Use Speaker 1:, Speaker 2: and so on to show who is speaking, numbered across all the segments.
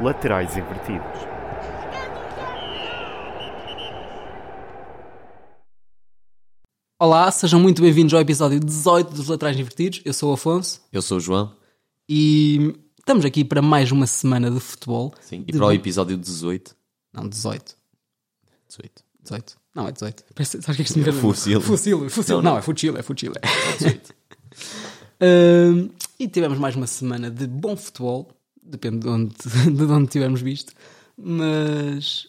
Speaker 1: laterais invertidos.
Speaker 2: Olá, sejam muito bem-vindos ao episódio 18 dos Laterais Invertidos. Eu sou o Afonso
Speaker 3: Eu sou o João.
Speaker 2: e estamos aqui para mais uma semana de futebol.
Speaker 3: Sim. E
Speaker 2: De-
Speaker 3: para o episódio 18.
Speaker 2: Não, 18.
Speaker 3: 18.
Speaker 2: 18. Não, é 18. Parece, sabes o que é que se me engana?
Speaker 3: Fuzil.
Speaker 2: Fuzil, fuzil. Não,
Speaker 3: Não, não.
Speaker 2: é Fuchile, é Fuchile.
Speaker 3: 18.
Speaker 2: Hum, e tivemos mais uma semana de bom futebol, depende de onde, de onde tivermos visto, mas.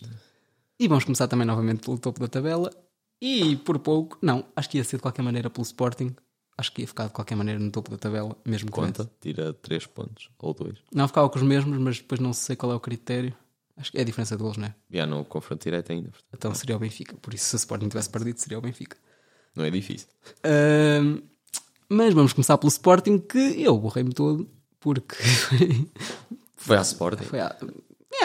Speaker 2: E vamos começar também novamente pelo topo da tabela. E por pouco, não, acho que ia ser de qualquer maneira pelo Sporting. Acho que ia ficar de qualquer maneira no topo da tabela, mesmo com
Speaker 3: Conta. Tira 3 pontos. Ou 2.
Speaker 2: Não ficava com os mesmos, mas depois não sei qual é o critério. Acho que é a diferença de gols, não é?
Speaker 3: Já não o confronto direto ainda. portanto,
Speaker 2: Então seria o Benfica. Por isso, se o Sporting tivesse perdido, seria o Benfica.
Speaker 3: Não é difícil.
Speaker 2: Ahm, mas vamos começar pelo Sporting, que eu borrei-me todo, porque
Speaker 3: Foi à Sporting.
Speaker 2: foi
Speaker 3: Foi
Speaker 2: à,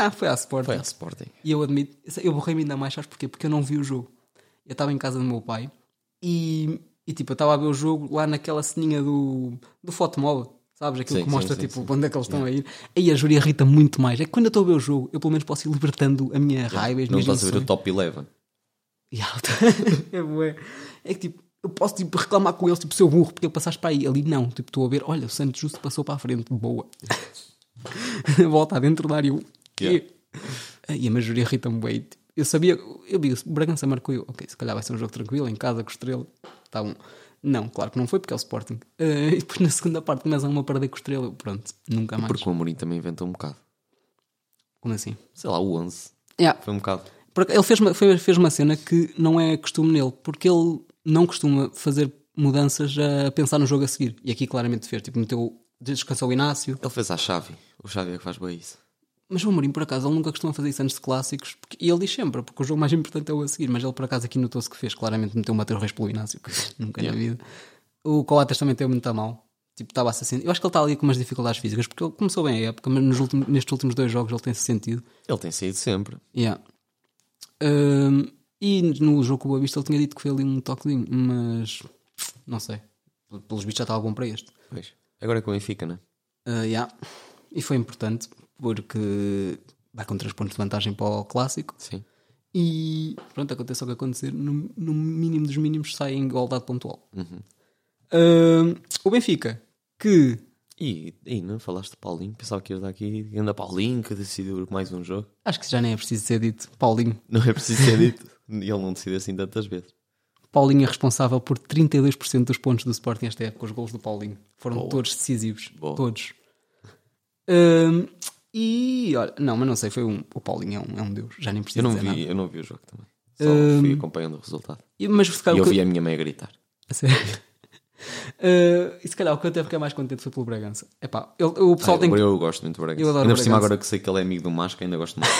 Speaker 2: é, foi à Sporting.
Speaker 3: à Sporting.
Speaker 2: E eu admito, eu borrei-me ainda mais, sabes porquê? Porque eu não vi o jogo. Eu estava em casa do meu pai e, e tipo, eu estava a ver o jogo lá naquela ceninha do, do fotomóvel, sabes? Aquilo
Speaker 3: Sim,
Speaker 2: que mostra
Speaker 3: sim, sim,
Speaker 2: tipo onde é que eles estão a ir. Aí a júria irrita muito mais. É que quando eu estou a ver o jogo, eu pelo menos posso ir libertando a minha raiva e as
Speaker 3: Não
Speaker 2: minhas
Speaker 3: estás a ver
Speaker 2: emoções.
Speaker 3: o top 11.
Speaker 2: E alta. é bué. É que tipo, eu posso tipo, reclamar com eles, tipo, seu burro, porque passaste para aí. Ali não, tipo, estou a ver, olha, o Santos Justo passou para a frente, boa. Volta dentro da área. eu-
Speaker 3: Yeah.
Speaker 2: E, e a maioria irrita-me bem. Tipo, Eu sabia, eu vi, o Bragança marcou eu, ok, se calhar vai ser um jogo tranquilo, em casa, com estrela, está bom. Não, claro que não foi, porque é o Sporting. Eh, e depois na segunda parte começam a uma perder com estrela, eu, pronto, nunca mais.
Speaker 3: Porque o Amorim também inventou um bocado.
Speaker 2: Como assim?
Speaker 3: Sei lá, o 11.
Speaker 2: Yeah.
Speaker 3: Foi um bocado.
Speaker 2: Porque ele fez uma, foi- fez uma cena que não é costume nele, porque ele não costuma fazer mudanças a pensar no jogo a seguir. E aqui claramente fez, tipo, meteu, descansou o Inácio.
Speaker 3: Ele fez à chave. O Xavi é que faz bem isso.
Speaker 2: Mas o Amorim, por acaso, ele nunca costuma fazer isso antes de clássicos, porque, e ele diz sempre, porque o jogo mais importante é o a seguir. Mas ele, por acaso, aqui notou-se que fez, claramente meteu o Mateus Reis pelo Inácio, que nunca na vida. O Coates também teve muito a mal. Tipo, estava a se sentir- Eu acho que ele está ali com umas dificuldades físicas, porque ele começou bem a época, mas nos últimos- nestes últimos dois jogos ele tem-se sentido.
Speaker 3: Ele tem saído sempre.
Speaker 2: Yeah. Hum, e no jogo com o Boa Vista ele tinha dito que foi ali um toquezinho, mas não sei. Pelos bichos já estava bom para este.
Speaker 3: Pois. Agora é com o Benfica, não é?
Speaker 2: Uh, yeah. E foi importante porque vai com 3 pontos de vantagem para o clássico.
Speaker 3: Sim.
Speaker 2: E pronto, aconteça o que acontecer, no, no mínimo dos mínimos sai em igualdade pontual. Hum, o Benfica, que
Speaker 3: E, e não falaste de Paulinho? Pensava que ias dar aqui. Anda Paulinho que decidiu mais um jogo.
Speaker 2: acho que já nem é preciso ser dito, Paulinho.
Speaker 3: Não é preciso ser dito. Ele não decide assim tantas vezes.
Speaker 2: Paulinho é responsável por 32% dos pontos do Sporting esta época. Os gols do Paulinho foram todos decisivos.
Speaker 3: Boa.
Speaker 2: Todos. Hum, e olha, não, mas não sei, foi um. O Paulinho é um, é um deus, já nem preciso
Speaker 3: Eu não,
Speaker 2: dizer nada.
Speaker 3: vi, eu não vi o jogo também. Só fui acompanhando o resultado.
Speaker 2: E- Mas se
Speaker 3: E
Speaker 2: calhar, o que,
Speaker 3: ouvi a minha mãe a gritar.
Speaker 2: a sério. Uh, e se calhar o que eu até fiquei mais contente foi pelo Bragança. Epá, ele- o pessoal
Speaker 3: Ah,
Speaker 2: tem
Speaker 3: eu,
Speaker 2: que
Speaker 3: eu gosto muito do Bragança.
Speaker 2: Eu adoro
Speaker 3: ainda por cima,
Speaker 2: Bragança.
Speaker 3: agora que sei que ele é amigo do Masca, ainda gosto mais.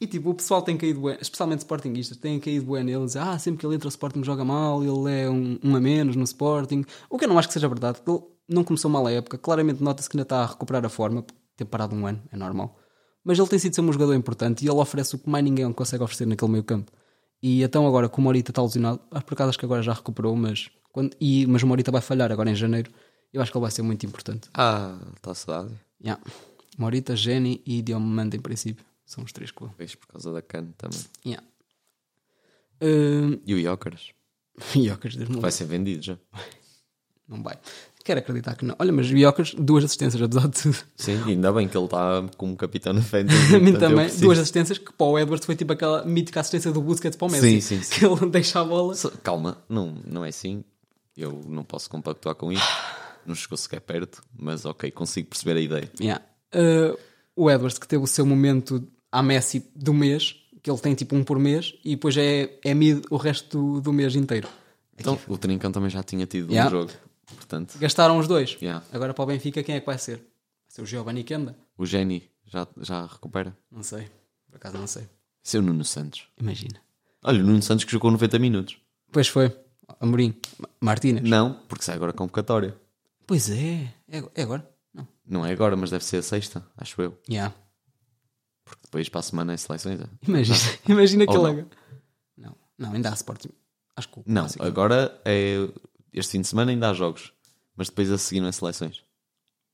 Speaker 2: E tipo, o pessoal tem caído bué, especialmente Sportingistas, têm caído bué nele, dizer, ah, sempre que ele entra o Sporting joga mal, ele é um, um a menos no Sporting, o que eu não acho que seja verdade, porque ele não começou mal a época, claramente nota-se que ainda está a recuperar a forma, por ter parado um ano, é normal, mas ele tem sido sempre um jogador importante e ele oferece o que mais ninguém consegue oferecer naquele meio campo. E então agora, como o Morita está lesionado, ah, por acaso acho que agora já recuperou, mas, quando, e, mas o Morita vai falhar agora em janeiro, eu acho que ele vai ser muito importante.
Speaker 3: ah,
Speaker 2: tá
Speaker 3: está a saudade.
Speaker 2: Yeah. Morita, Geni e Diomanda em princípio, são os três que vão.
Speaker 3: Vejo por causa da Cano também.
Speaker 2: Yeah. Hum,
Speaker 3: E o Iócaras.
Speaker 2: Iocas, Deus me
Speaker 3: Vai ser vendido já.
Speaker 2: livre. não vai. Quero acreditar que não. Olha, mas Iocas, duas assistências, apesar de tudo.
Speaker 3: Sim, e ainda bem que ele está como capitão na frente.
Speaker 2: A mim também, duas assistências que para o Edwards foi tipo aquela mítica assistência do Busquets para o Messi.
Speaker 3: Sim, sim, sim.
Speaker 2: Que ele deixa a bola.
Speaker 3: Calma, não, não é assim. Eu não posso compactuar com isso. Não chegou sequer perto, mas ok, consigo perceber a ideia.
Speaker 2: Yeah. Uh, o Edwards que teve o seu momento à Messi do mês, que ele tem tipo um por mês, e depois é, é mid o resto do, do mês inteiro.
Speaker 3: Então, o Trincão também já tinha tido
Speaker 2: Yeah.
Speaker 3: um jogo. Portanto,
Speaker 2: Gastaram os dois.
Speaker 3: Yeah.
Speaker 2: Agora para o Benfica, quem é que vai ser? Vai ser o Giovanni Kenda?
Speaker 3: o Geni já, já recupera.
Speaker 2: Não sei. Por acaso não sei.
Speaker 3: Seu Nuno Santos.
Speaker 2: Imagina.
Speaker 3: Olha, o Nuno Santos que jogou 90 minutos.
Speaker 2: Pois foi. Amorim. Ma- Martínez.
Speaker 3: Não, porque sai agora a convocatória.
Speaker 2: Pois é. É ago- é agora? Não.
Speaker 3: Não é agora, mas deve ser a sexta, acho eu.
Speaker 2: Yeah.
Speaker 3: Porque depois para a semana é seleções. é?
Speaker 2: Imagina, imagina que
Speaker 3: Ou
Speaker 2: ele é agora. Não. Não, ainda há Sporting. Acho que o
Speaker 3: Não,
Speaker 2: clássico-
Speaker 3: agora é. Este fim de semana ainda há jogos. Mas depois a seguir não é seleções.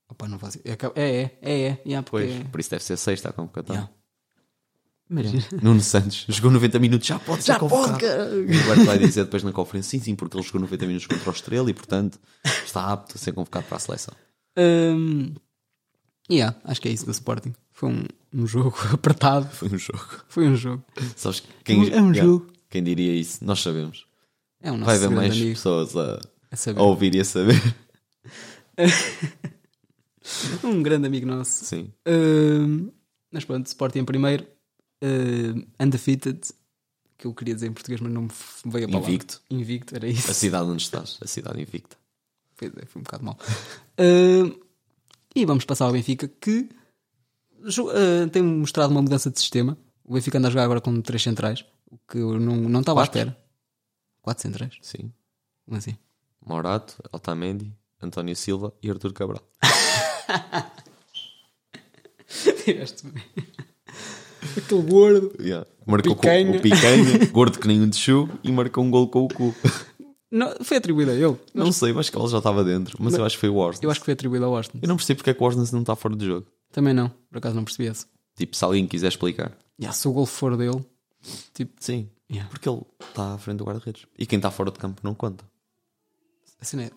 Speaker 2: Opa, não faço. É, é, é, é. yeah, porque...
Speaker 3: Pois, por isso deve ser sexta a convocatória.
Speaker 2: Yeah. Imagina.
Speaker 3: Nuno Santos jogou 90 minutos, já pode ser
Speaker 2: Já
Speaker 3: convocado.
Speaker 2: pode, caralho.
Speaker 3: O Roberto vai dizer depois na conferência, sim, sim, porque ele jogou 90 minutos contra o Estrela e, portanto, está apto a ser convocado para a seleção.
Speaker 2: Hum, yeah, acho que é isso do Sporting. Foi um, um jogo apertado.
Speaker 3: Foi um jogo.
Speaker 2: Foi um jogo.
Speaker 3: Sabes que quem,
Speaker 2: É um
Speaker 3: yeah,
Speaker 2: jogo.
Speaker 3: quem diria isso? Nós sabemos.
Speaker 2: É o nosso
Speaker 3: Vai haver
Speaker 2: grande
Speaker 3: mais
Speaker 2: amigo.
Speaker 3: pessoas a,
Speaker 2: a saber.
Speaker 3: a ouvir e a saber.
Speaker 2: Um grande amigo nosso.
Speaker 3: Sim.
Speaker 2: Hum, mas pronto, Sporting em primeiro. hum, undefeated. Que eu queria dizer em português, mas não me f- veio a palavra.
Speaker 3: Invicto.
Speaker 2: Invicto, era
Speaker 3: A
Speaker 2: isso.
Speaker 3: cidade onde estás, a cidade invicta.
Speaker 2: Pois é, foi um bocado mal. Hum, e vamos passar ao Benfica, que jo- hum, tem mostrado uma mudança de sistema. O Benfica anda a jogar agora com três centrais, o que eu não, não estava à
Speaker 3: Quatro.
Speaker 2: espera. Quatro centrais?
Speaker 3: Sim.
Speaker 2: Como assim?
Speaker 3: Morato, Otamendi, António Silva e Artur Cabral.
Speaker 2: Tiveste bem. Aquele gordo.
Speaker 3: Yeah. Marcou com
Speaker 2: Picanha.
Speaker 3: o picanha, gordo que nem um de chu, e marcou um gol com o cu.
Speaker 2: Não, foi atribuído a ele.
Speaker 3: Não sei, mas que ele já estava dentro. Mas, eu acho que foi o Orsnes.
Speaker 2: Eu acho que foi atribuído ao Austin.
Speaker 3: Eu não percebo porque é que o Orsnes não está fora do jogo.
Speaker 2: Também não, por acaso não percebi esse.
Speaker 3: Tipo, se alguém quiser explicar.
Speaker 2: Yeah, se o gol for dele, tipo,
Speaker 3: Sim.
Speaker 2: Yeah.
Speaker 3: Porque ele está à frente do guarda-redes. E quem está fora de campo não conta.
Speaker 2: a cena é,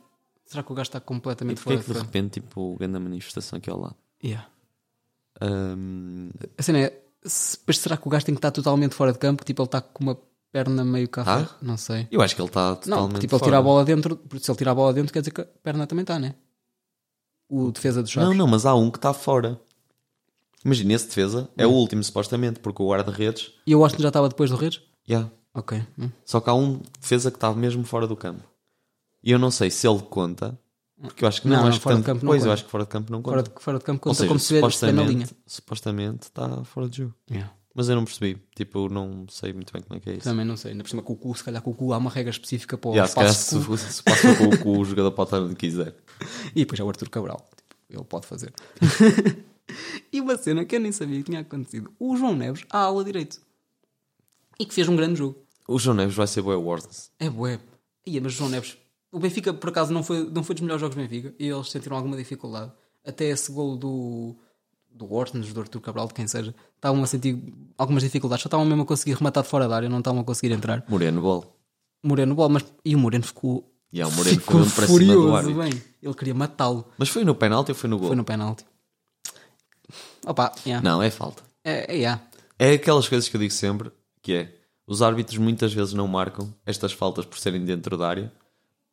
Speaker 2: será que o gajo está
Speaker 3: E
Speaker 2: completamente
Speaker 3: porquê é
Speaker 2: fora
Speaker 3: que de
Speaker 2: de campo?
Speaker 3: repente, tipo, grande manifestação aqui ao lado?
Speaker 2: Yeah.
Speaker 3: Ahm,
Speaker 2: A cena é, se, mas será que o gajo tem que estar totalmente fora de campo? Tipo, ele está com uma perna meio cá
Speaker 3: Tá?
Speaker 2: fora? Não sei.
Speaker 3: eu acho que ele está totalmente
Speaker 2: Não, porque tipo, ele
Speaker 3: fora.
Speaker 2: tira a bola dentro, porque se ele tira a bola dentro, quer dizer que a perna também está, né? O defesa dos
Speaker 3: Não,
Speaker 2: Chaves.
Speaker 3: não, mas há um que está fora. Imagina, esse defesa é o
Speaker 2: Hum.
Speaker 3: último, supostamente, porque o guarda-redes.
Speaker 2: E o Austin já estava depois do Redes?
Speaker 3: Yeah.
Speaker 2: Ok. hum.
Speaker 3: Só que há um defesa que estava mesmo fora do campo. E eu não sei se ele conta, porque eu acho que não,
Speaker 2: Não, não,
Speaker 3: acho que
Speaker 2: fora de
Speaker 3: tanto-
Speaker 2: campo não
Speaker 3: pois, eu
Speaker 2: conta.
Speaker 3: acho que fora de campo não conta.
Speaker 2: Fora de, fora de campo
Speaker 3: Ou
Speaker 2: conta
Speaker 3: seja,
Speaker 2: como se vê- se vê na linha.
Speaker 3: supostamente, supostamente está fora de jogo.
Speaker 2: Yeah.
Speaker 3: Mas eu não percebi, tipo, eu não sei muito bem como é que é isso.
Speaker 2: Também não sei, ainda por cima com o cu, se calhar com o cu há uma regra específica para o
Speaker 3: Yeah, se calhar
Speaker 2: espaço
Speaker 3: se,
Speaker 2: de cu.
Speaker 3: se passa com, o- com o jogador para o time que quiser.
Speaker 2: E depois é o Arthur Cabral, tipo, ele pode fazer. e uma cena que eu nem sabia que tinha acontecido: o João Neves à ala direito e que fez um grande jogo.
Speaker 3: O João Neves vai ser boa Awards.
Speaker 2: É bué. Ia, mas o João Neves, o Benfica por acaso não foi, não foi dos melhores jogos do Benfica e eles sentiram alguma dificuldade. Até esse gol do, do Hortons, do Arthur Cabral, de quem seja, estavam a sentir algumas dificuldades. Só estavam mesmo a conseguir rematar de fora da área, não estavam a conseguir entrar.
Speaker 3: Moreno Ball.
Speaker 2: Moreno bola, mas e o Moreno ficou,
Speaker 3: Yeah, o Moreno
Speaker 2: ficou
Speaker 3: foi mesmo para cima do
Speaker 2: furioso,
Speaker 3: árbitro.
Speaker 2: bem. Ele queria matá-lo.
Speaker 3: Mas foi no penalti ou foi no gol?
Speaker 2: Foi no penalti. Opa, yeah.
Speaker 3: Não, é falta.
Speaker 2: É, é, yeah.
Speaker 3: É aquelas coisas que eu digo sempre, que é, os árbitros muitas vezes não marcam estas faltas por serem dentro da área,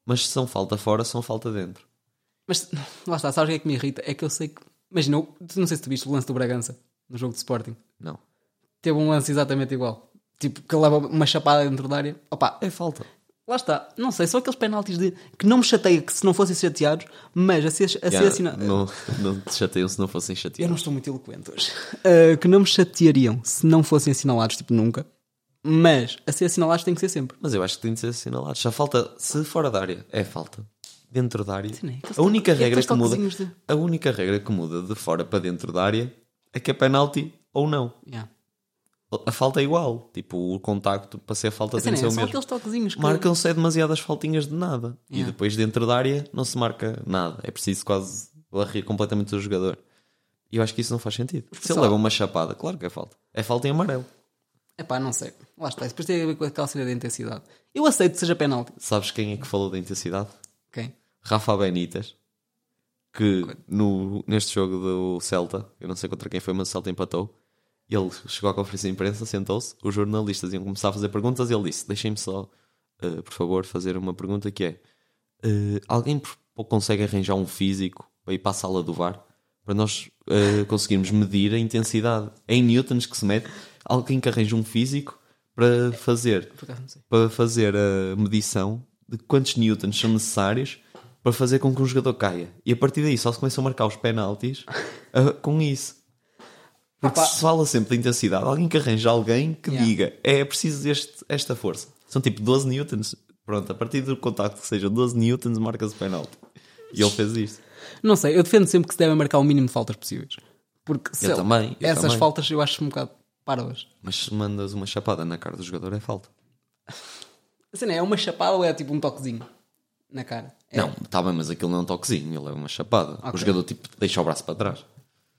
Speaker 3: mas se são falta fora, são falta dentro.
Speaker 2: Mas lá está, sabes o que é que me irrita? É que eu sei que. Imagina, eu- tu não sei se tu viste o lance do Bragança no jogo de Sporting.
Speaker 3: Não.
Speaker 2: Teve um lance exatamente igual. Tipo, que ele leva uma chapada dentro da área. Opa,
Speaker 3: É falta.
Speaker 2: lá está. Não sei, são aqueles penaltis de que não me chateia que se não fossem chateados, mas a ser, a ser
Speaker 3: Yeah,
Speaker 2: assina-
Speaker 3: não, não te chateiam se não fossem chateados.
Speaker 2: Eu não estou muito eloquente hoje. Ah, que não me chateariam se não fossem assinalados, tipo nunca. Mas a ser assinalados tem que ser sempre.
Speaker 3: Mas eu acho que tem de ser assinalado. Já falta, se fora da área, é falta. Dentro da área.
Speaker 2: Sim, né? Aqueles
Speaker 3: a única
Speaker 2: toque-
Speaker 3: regra
Speaker 2: aqueles
Speaker 3: que muda.
Speaker 2: toquezinhos de-
Speaker 3: A única regra que muda de fora para dentro da área é que é penalti ou não.
Speaker 2: Yeah.
Speaker 3: A falta é igual. Tipo, o contacto para ser falta
Speaker 2: Assim,
Speaker 3: tem
Speaker 2: né?
Speaker 3: de ser
Speaker 2: São
Speaker 3: o mesmo.
Speaker 2: aqueles toquezinhos que.
Speaker 3: Marcam-se é demasiadas faltinhas de nada. E
Speaker 2: Yeah.
Speaker 3: depois dentro da área não se marca nada. É preciso quase varrer completamente o jogador. E eu acho que isso não faz sentido. Se ele
Speaker 2: pessoal-
Speaker 3: leva uma chapada, claro que é falta. É falta em amarelo.
Speaker 2: Epá, não sei. Lá está. Isso depois tem a ver com aquela cena da intensidade. Eu aceito que seja penalti.
Speaker 3: Sabes quem é que falou da intensidade?
Speaker 2: Ok.
Speaker 3: Rafa Benítez, que no, neste jogo do Celta, eu não sei contra quem foi, mas o Celta empatou. Ele chegou à conferência de imprensa, sentou-se, os jornalistas iam começar a fazer perguntas e ele disse: Deixem-me só, eh, por favor, fazer uma pergunta que é: eh, Alguém por pouco consegue arranjar um físico para ir para a sala do VAR para nós eh, conseguirmos medir a intensidade? É em newtons que se mede. Alguém que arranje um físico para fazer
Speaker 2: Por acaso não sei.
Speaker 3: para fazer a medição de quantos newtons são necessários para fazer com que um jogador caia. E a partir daí só se começam a marcar os penaltis ah, com isso. Porque
Speaker 2: Opa.
Speaker 3: se fala sempre de intensidade, alguém que arranja alguém que
Speaker 2: Yeah.
Speaker 3: diga é preciso este- esta força. São tipo 12 newtons. Pronto, a partir do contacto que seja 12 newtons, marca-se o penalti. E ele fez isto.
Speaker 2: Não sei. Eu defendo sempre que se devem marcar o mínimo de faltas possíveis. Porque sei lá,
Speaker 3: também, eu
Speaker 2: essas
Speaker 3: também.
Speaker 2: faltas eu acho um bocado parvas.
Speaker 3: Mas se mandas uma chapada na cara do jogador é falta.
Speaker 2: Assim, né? é uma chapada ou é tipo um toquezinho? na cara. É.
Speaker 3: Não, está bem, mas aquilo não é um toquezinho, ele é uma chapada. O
Speaker 2: Ok.
Speaker 3: jogador tipo deixa o braço para trás.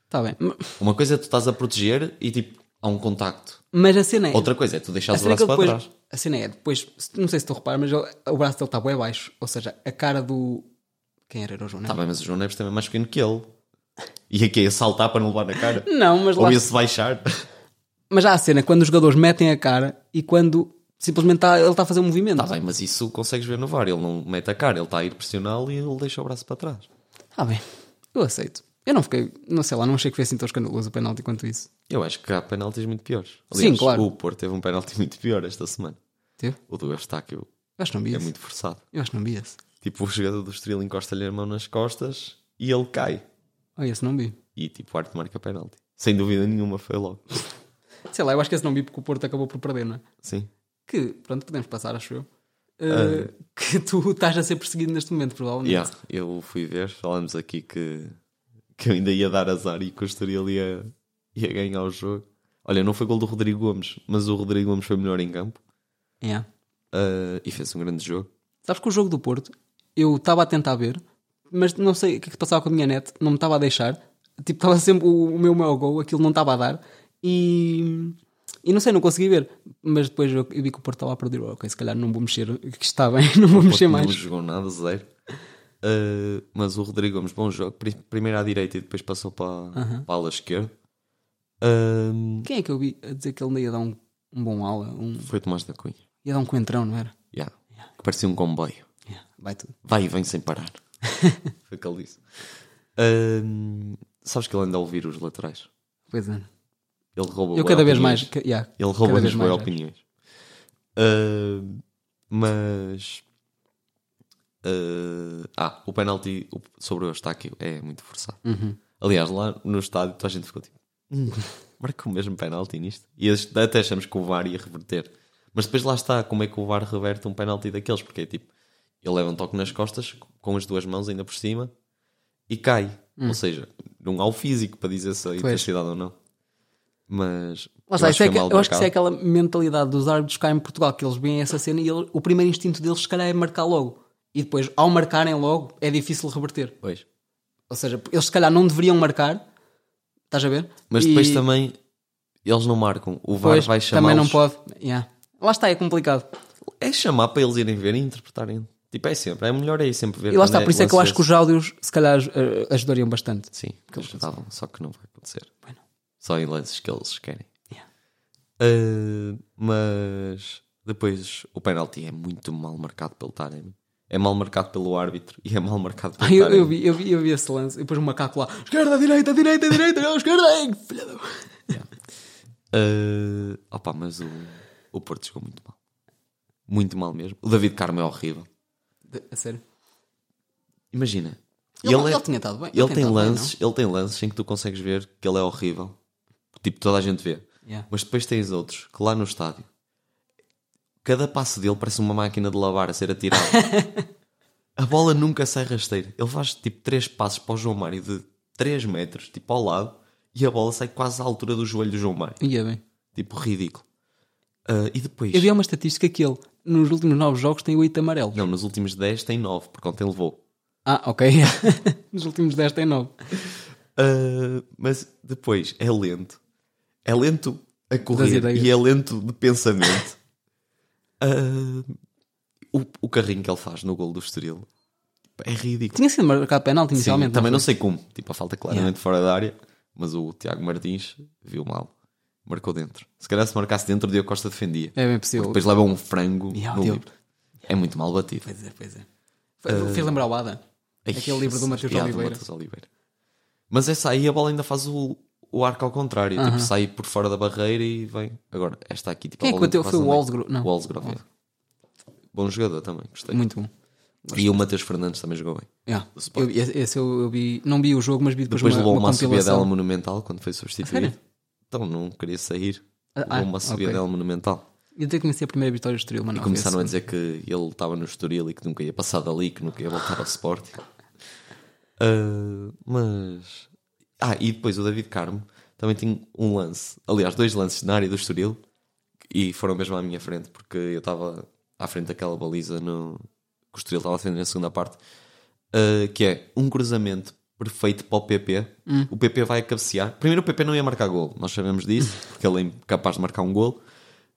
Speaker 2: Está Tá bem. M-
Speaker 3: Uma coisa é tu estás a proteger e tipo há um contacto.
Speaker 2: Mas a cena é.
Speaker 3: Outra coisa é tu
Speaker 2: a
Speaker 3: deixares o
Speaker 2: cena é que
Speaker 3: braço
Speaker 2: ele
Speaker 3: para
Speaker 2: depois.
Speaker 3: trás.
Speaker 2: A cena é, depois, se- não sei se tu reparas, mas ele- o braço dele está bem baixo. Ou seja, a cara do. Quem era? Era o João né?
Speaker 3: Está
Speaker 2: Neves?
Speaker 3: bem, mas o João Neves também é mais pequeno que ele. E aqui é saltar para não levar na cara.
Speaker 2: Não, mas lá
Speaker 3: Ou ia-se baixar. Tá
Speaker 2: Mas há a cena quando os jogadores metem a cara e quando simplesmente tá- ele está a fazer um movimento.
Speaker 3: Está bem, mas isso consegues ver no VAR. Ele não mete a cara, ele está a ir pressioná-lo e ele deixa o braço para trás.
Speaker 2: Tá bem, eu aceito. Eu não fiquei, não sei lá, não achei que foi assim tão escandaloso o penalti quanto isso.
Speaker 3: Eu acho que há penaltis muito piores.
Speaker 2: Sim, claro.
Speaker 3: o Porto teve um penalti muito pior esta semana.
Speaker 2: Teve?
Speaker 3: O do Eustáquio
Speaker 2: Eu acho que não vi
Speaker 3: é
Speaker 2: isso.
Speaker 3: muito forçado.
Speaker 2: Eu acho que não vi esse.
Speaker 3: Tipo, o jogador do Estrela encosta-lhe a mão nas costas e ele cai.
Speaker 2: Ah, esse não vi.
Speaker 3: E tipo, o Arte marca penalti. Sem dúvida nenhuma foi logo.
Speaker 2: Sei lá, eu acho que esse não vi porque o Porto acabou por perder, não é?
Speaker 3: Sim.
Speaker 2: Que, pronto, podemos passar, acho eu. Uh, Que tu estás a ser perseguido neste momento, provavelmente.
Speaker 3: Ah. Yeah, eu fui ver, falámos aqui que, que eu ainda ia dar azar e que o Estoril ia, ia ganhar o jogo. Olha, não foi gol do Rodrigo Gomes, mas o Rodrigo Gomes foi melhor em campo
Speaker 2: Yeah.
Speaker 3: ah, e fez um grande jogo.
Speaker 2: Sabes que o jogo do Porto, eu estava a tentar ver, mas não sei o que é que se passava com a minha net, não me estava a deixar. Tipo, estava sempre o, o meu maior gol, aquilo não estava a dar. E, e não sei, não consegui ver. Mas depois eu, eu vi que o Porto estava a perder. Ok, se calhar não vou mexer, que está bem, não vou mexer
Speaker 3: Porto
Speaker 2: mais.
Speaker 3: Não jogou nada, zero. Ah, mas o Rodrigo Gomes, bom jogo. Pri- Primeiro à direita e depois passou para, para a ala esquerda. Ah,
Speaker 2: Quem é que eu vi a dizer que ele ainda ia dar um, um bom aula? Um,
Speaker 3: foi Tomás da Cunha.
Speaker 2: ia dar um coentrão, não era?
Speaker 3: Yeah. Que parecia um comboio.
Speaker 2: Yeah, vai tudo.
Speaker 3: Vai e vem sem parar. Foi o que ele disse. Ahm, sabes que ele anda a ouvir os laterais.
Speaker 2: Pois é.
Speaker 3: Ele rouba
Speaker 2: Eu
Speaker 3: bué
Speaker 2: cada vez mais.
Speaker 3: opiniões.
Speaker 2: ca- yeah,
Speaker 3: Ele rouba
Speaker 2: cada
Speaker 3: as
Speaker 2: vez
Speaker 3: boas
Speaker 2: mais, é. acho.
Speaker 3: opiniões. Ahm, mas. ah, ah, o penalti o- sobre o Eustáquio é muito forçado.
Speaker 2: Uhum.
Speaker 3: Aliás, lá no estádio toda a gente ficou tipo. "Hum, Marca o mesmo penalti nisto. E este- até achamos que o VAR ia reverter. Mas depois lá está, como é que o VAR reverte um penalti daqueles? Porque é tipo, ele leva um toque nas costas, com as duas mãos ainda por cima, e cai.
Speaker 2: Hum.
Speaker 3: Ou seja, não há o físico para dizer se a intensidade ou não. Mas.
Speaker 2: Lá está, isso é que- eu acho, que, isso é
Speaker 3: marcado.
Speaker 2: aquela mentalidade dos árbitros cá em Portugal, que eles veem essa cena e ele- o primeiro instinto deles, se calhar, é marcar logo. E depois, ao marcarem logo, é difícil reverter.
Speaker 3: Pois.
Speaker 2: Ou seja, eles, se calhar, não deveriam marcar. Estás a ver?
Speaker 3: Mas
Speaker 2: E
Speaker 3: depois também, eles não marcam. O VAR
Speaker 2: depois
Speaker 3: vai
Speaker 2: Também não
Speaker 3: chamar.
Speaker 2: pode. Yeah. Lá está, é complicado.
Speaker 3: É chamar para eles irem ver e interpretarem. Tipo, é sempre. É melhor aí sempre ver.
Speaker 2: E lá
Speaker 3: quando
Speaker 2: está, por isso é que eu
Speaker 3: lance
Speaker 2: acho que os áudios, se calhar, eh, ajudariam bastante.
Speaker 3: Sim, que eles estavam, só que não vai acontecer. Só em lances que eles querem.
Speaker 2: Yeah.
Speaker 3: Ah, mas depois o penalti é muito mal marcado pelo Taremi. É mal marcado pelo árbitro e é mal marcado
Speaker 2: Ah,
Speaker 3: pelo
Speaker 2: Eu,
Speaker 3: Taremi.
Speaker 2: eu vi, eu, vi, eu vi esse lance. E depois o macaco lá, esquerda, direita, direita, direita, não, esquerda, ei, filha da-
Speaker 3: Ah, opa, mas o, o Porto jogou muito mal. Muito mal mesmo. O David Carmo é horrível.
Speaker 2: De- A sério.
Speaker 3: Imagina.
Speaker 2: Ele, tá- ele,
Speaker 3: é-
Speaker 2: tinha estado bem.
Speaker 3: ele
Speaker 2: tinha
Speaker 3: tem
Speaker 2: estado bem, não?
Speaker 3: lances, ele tem lances em que tu consegues ver que ele é horrível. Tipo, toda a gente vê.
Speaker 2: Yeah.
Speaker 3: Mas depois tens outros que lá no estádio, cada passo dele parece uma máquina de lavar a ser atirada. a bola nunca sai rasteira. Ele faz tipo três passos para o João Mário de 3 metros, tipo ao lado, e a bola sai quase à altura do joelho do João Mário.
Speaker 2: Ia é bem.
Speaker 3: Tipo, ridículo. Ah, e depois,
Speaker 2: Eu vi um- uma estatística que ele, nos últimos nove jogos, tem oito amarelos.
Speaker 3: não, nos últimos 10 tem 9, porque ontem levou.
Speaker 2: Ah, ok. nos últimos dez tem nove.
Speaker 3: Ah, mas depois é lento. É lento a correr
Speaker 2: ideias.
Speaker 3: e é lento de pensamento. Ah, o, o carrinho que ele faz no gol do Estoril é ridículo.
Speaker 2: Tinha sido marcado penalti
Speaker 3: Sim,
Speaker 2: inicialmente.
Speaker 3: também não
Speaker 2: foi?
Speaker 3: sei como. Tipo, a falta claramente fora da área. Mas o Tiago Martins viu mal. Marcou dentro. Se calhar se marcasse dentro, o Diogo Costa defendia.
Speaker 2: É bem possível.
Speaker 3: Depois leva um frango
Speaker 2: Yeah,
Speaker 3: no
Speaker 2: Diogo.
Speaker 3: livro. É muito mal batido.
Speaker 2: Pois é, pois é. Foi-
Speaker 3: Ah,
Speaker 2: Fez lembrar o Ada.
Speaker 3: Ai,
Speaker 2: Aquele livro do
Speaker 3: Jesus,
Speaker 2: Mateus
Speaker 3: piada
Speaker 2: Oliveira.
Speaker 3: Mateus Oliveira. Mas essa aí a bola ainda faz o, o arco ao contrário. Tipo, sai por fora da barreira e vem. Agora, esta aqui, tipo,
Speaker 2: Quem
Speaker 3: a
Speaker 2: é que
Speaker 3: bola ainda
Speaker 2: bateu?
Speaker 3: quase
Speaker 2: Foi o
Speaker 3: não vem.
Speaker 2: Wolfsgro- não.
Speaker 3: O Wolfsgrove, é. Bom jogador também, gostei.
Speaker 2: Muito bom.
Speaker 3: E o Mateus Fernandes também jogou bem.
Speaker 2: Yeah. Eu,
Speaker 3: Sporting.
Speaker 2: esse eu, eu vi, não vi o jogo, mas vi depois,
Speaker 3: Depois
Speaker 2: uma,
Speaker 3: levou
Speaker 2: uma
Speaker 3: uma, subida dela
Speaker 2: compilação.
Speaker 3: monumental quando foi substituído.
Speaker 2: sério?
Speaker 3: Então não queria sair.
Speaker 2: Ah,
Speaker 3: Levou
Speaker 2: ah,
Speaker 3: uma subida
Speaker 2: ok.
Speaker 3: dela monumental.
Speaker 2: Eu até conheci a primeira vitória do Estoril, mas não foi
Speaker 3: Começaram a
Speaker 2: esse.
Speaker 3: dizer que ele estava no Estoril e que nunca ia passar dali, que nunca ia voltar ao Sporting. Ah, mas. Ah, e depois o David Carmo também tem um lance, aliás, dois lances na área do Estoril e foram mesmo à minha frente, porque eu estava à frente daquela baliza no, que o Estoril estava a defender na segunda parte, ah, que é um cruzamento perfeito para o PP. O PP vai cabecear. Primeiro, o PP não ia marcar gol, nós sabemos disso, porque ele é incapaz de marcar um gol.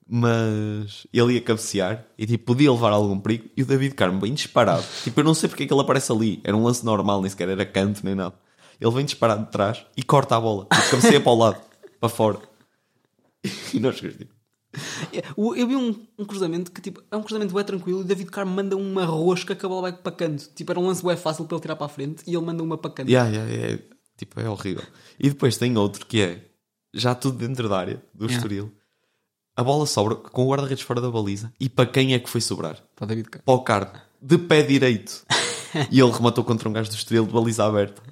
Speaker 3: Mas ele ia cabecear e tipo, podia levar algum perigo. E o David Carmo bem disparado. Tipo, eu não sei porque é que ele aparece ali. Era um lance normal, nem sequer era canto nem nada. Ele vem disparado de trás e corta a bola. Tipo, cabeceia para o lado, para fora. E nós ficamos tipo,
Speaker 2: Eu eu vi um, um cruzamento que tipo, é um cruzamento bem tranquilo e o David Carmo manda uma rosca que a bola vai para canto. Tipo, era um lance bem fácil para ele tirar para a frente e ele manda uma para canto.
Speaker 3: Yeah, yeah, yeah. Tipo, é horrível. E depois tem outro que é já tudo dentro da área do
Speaker 2: Yeah.
Speaker 3: Estoril. A bola sobra com o guarda-redes fora da baliza. E para quem é que foi sobrar?
Speaker 2: Para o David Carmo.
Speaker 3: Para o Cardo, de pé direito. e ele rematou contra um gajo do Estoril de baliza aberta.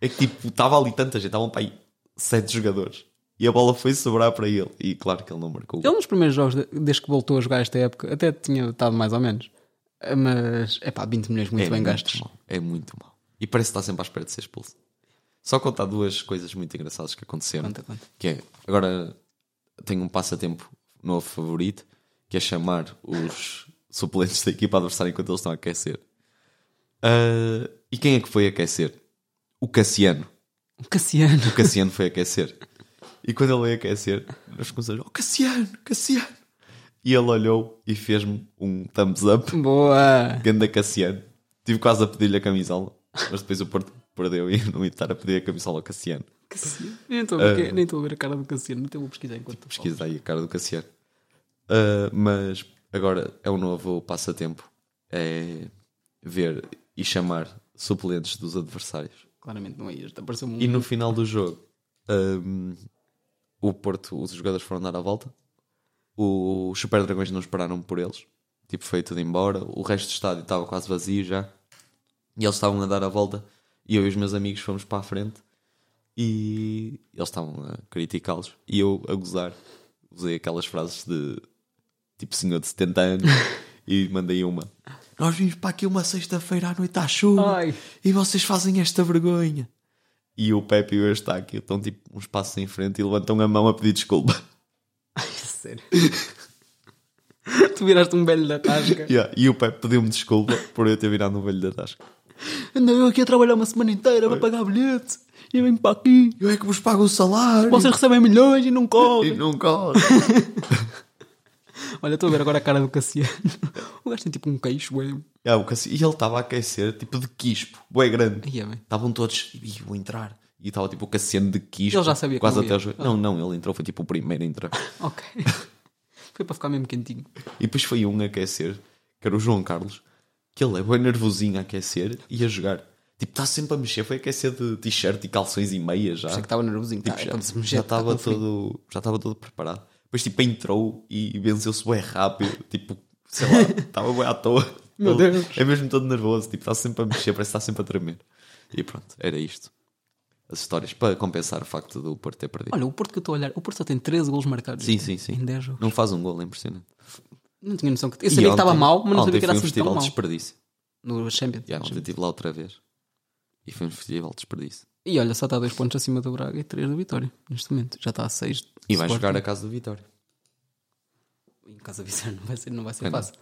Speaker 3: É que tipo, estava ali tanta gente, estavam para aí sete jogadores. E a bola foi sobrar para ele. E claro que ele não marcou.
Speaker 2: Ele nos É um primeiros jogos, de- desde que voltou a jogar esta época, até tinha estado mais ou menos. Eh, Mas, é pá, 20 milhões muito bem gastos.
Speaker 3: mau, é muito mal. E parece que está sempre à espera de ser expulso. Só contar duas coisas muito engraçadas que aconteceram.
Speaker 2: Conta, conta.
Speaker 3: Que é, agora tenho um passatempo novo favorito, que é chamar os suplentes da equipa adversária enquanto eles estão a aquecer. Ah, e quem é que foi aquecer? O Cassiano.
Speaker 2: Um Cassiano.
Speaker 3: O Cassiano foi aquecer. E quando ele veio aquecer, nós começamos a oh, Cassiano, Cassiano. E ele olhou e fez-me um thumbs up
Speaker 2: Boa!
Speaker 3: Ganda Cassiano. Tive quase a pedir-lhe a camisola, mas depois o Porto perdeu e eu não ia estar a pedir a camisola ao Cassiano.
Speaker 2: Cassiano. Eu Nem estou a ver- nem estou a ver a cara do Cassiano, até vou pesquisar enquanto tu falas.
Speaker 3: Ah. Pesquisa aí a cara do Cassiano. Ah, mas agora é um novo passatempo. É ver e chamar suplentes dos adversários.
Speaker 2: Claramente não é este, apareceu-me um.
Speaker 3: E no final do jogo, ahm, o Porto, os jogadores foram dar a volta. O- Os Super Dragões não esperaram por eles. Tipo, foi tudo embora. O resto do estádio estava quase vazio já. E eles estavam a dar a volta. E eu e os meus amigos fomos para a frente. E eles estavam a criticá-los. E eu a gozar. Usei aquelas frases de tipo senhor de 70 anos. e mandei uma. Nós vimos para aqui uma sexta-feira à noite à chuva.
Speaker 2: Ai.
Speaker 3: E vocês fazem esta vergonha e o Pepe e o Eustáquio estão tipo uns passos em frente e levantam a mão a pedir desculpa.
Speaker 2: Sério. tu viraste um velho da tasca.
Speaker 3: Yeah, E o Pepe pediu-me desculpa por eu ter virado um velho da tasca.
Speaker 2: Andei eu aqui a trabalhar uma semana inteira para pagar bilhete e venho para aqui.
Speaker 3: Eu é que vos pago o salário
Speaker 2: Vocês recebem milhões e não
Speaker 3: e
Speaker 2: correm.
Speaker 3: não corre.
Speaker 2: Olha, estou a ver agora a cara do Cassiano. O gajo tem tipo um queixo, ué.
Speaker 3: Yeah, o Cassi- E ele estava a aquecer tipo de quispo, bué grande.
Speaker 2: Aí é bem.
Speaker 3: Estavam todos, "Ih, vou entrar. E estava tipo o Cassiano de quispo.
Speaker 2: Ele já sabia que
Speaker 3: quase
Speaker 2: não
Speaker 3: até
Speaker 2: ia.
Speaker 3: o joelho. Não, não, ele entrou, foi tipo o primeiro a entrar.
Speaker 2: Ok. Foi para ficar mesmo quentinho.
Speaker 3: E depois foi um a aquecer, que era o João Carlos, que ele é bem nervosinho a aquecer e a jogar. Tipo, está sempre a mexer, foi aquecer de t-shirt e calções e meias já.
Speaker 2: Sei que estava nervosinho.
Speaker 3: Tipo,
Speaker 2: Tá,
Speaker 3: já-
Speaker 2: quando se
Speaker 3: já,
Speaker 2: mexer, tá
Speaker 3: estava
Speaker 2: com frio.
Speaker 3: todo, já estava todo preparado. Depois tipo entrou e venceu-se bem rápido, tipo, sei lá, estava bem à toa.
Speaker 2: Meu
Speaker 3: Ele
Speaker 2: Deus.
Speaker 3: É mesmo todo nervoso, tipo, está sempre a mexer, parece que está sempre a tremer. E pronto, era isto. As histórias para compensar o facto do Porto ter perdido.
Speaker 2: Olha, o Porto que eu estou a olhar, o Porto só tem 13 golos marcados.
Speaker 3: sim, sim, sim.
Speaker 2: Em 10 jogos.
Speaker 3: Não faz um gol, é impressionante.
Speaker 2: Não tinha noção que. Eu
Speaker 3: E
Speaker 2: sabia que
Speaker 3: ontem-
Speaker 2: estava mal, mas não
Speaker 3: ontem
Speaker 2: sabia que era
Speaker 3: foi um
Speaker 2: assim tão
Speaker 3: festival
Speaker 2: mal.
Speaker 3: de desperdício.
Speaker 2: No Champions.
Speaker 3: Já, ontem estive lá outra vez. E foi um festival de desperdício.
Speaker 2: E olha, só está 2 pontos acima do Braga e 3 do Vitória. Neste momento. Já está a 6.
Speaker 3: E vai jogar a casa do Vitória.
Speaker 2: Em casa Vitória não vai ser, não vai ser
Speaker 3: É, não.
Speaker 2: fácil.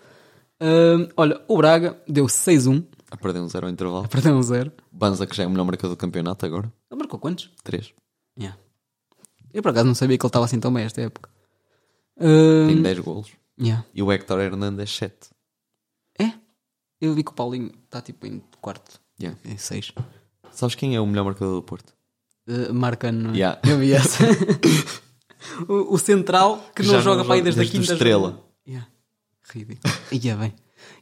Speaker 2: Ahm, olha, o Braga deu 6-1,
Speaker 3: A perder um zero ao intervalo.
Speaker 2: perdão 0.
Speaker 3: Banza, que já é o melhor marcador do campeonato agora.
Speaker 2: Ele marcou quantos?
Speaker 3: Três.
Speaker 2: Yeah. Eu por acaso não sabia que ele estava assim tão bem esta época. Ahm,
Speaker 3: Tem 10 golos.
Speaker 2: yeah.
Speaker 3: E o Héctor Hernandes 7.
Speaker 2: É? Eu vi que o Paulinho está tipo em quarto,
Speaker 3: Yeah.
Speaker 2: em 6.
Speaker 3: Sabes quem é o melhor marcador do Porto?
Speaker 2: marca no.
Speaker 3: Yeah.
Speaker 2: é? Eu vi essa. o, o central que
Speaker 3: Já
Speaker 2: não
Speaker 3: não
Speaker 2: joga para aí
Speaker 3: joga
Speaker 2: desde,
Speaker 3: desde
Speaker 2: a
Speaker 3: o
Speaker 2: quinta.
Speaker 3: Estrela.
Speaker 2: jornada. Yeah. Ridículo. Ia bem.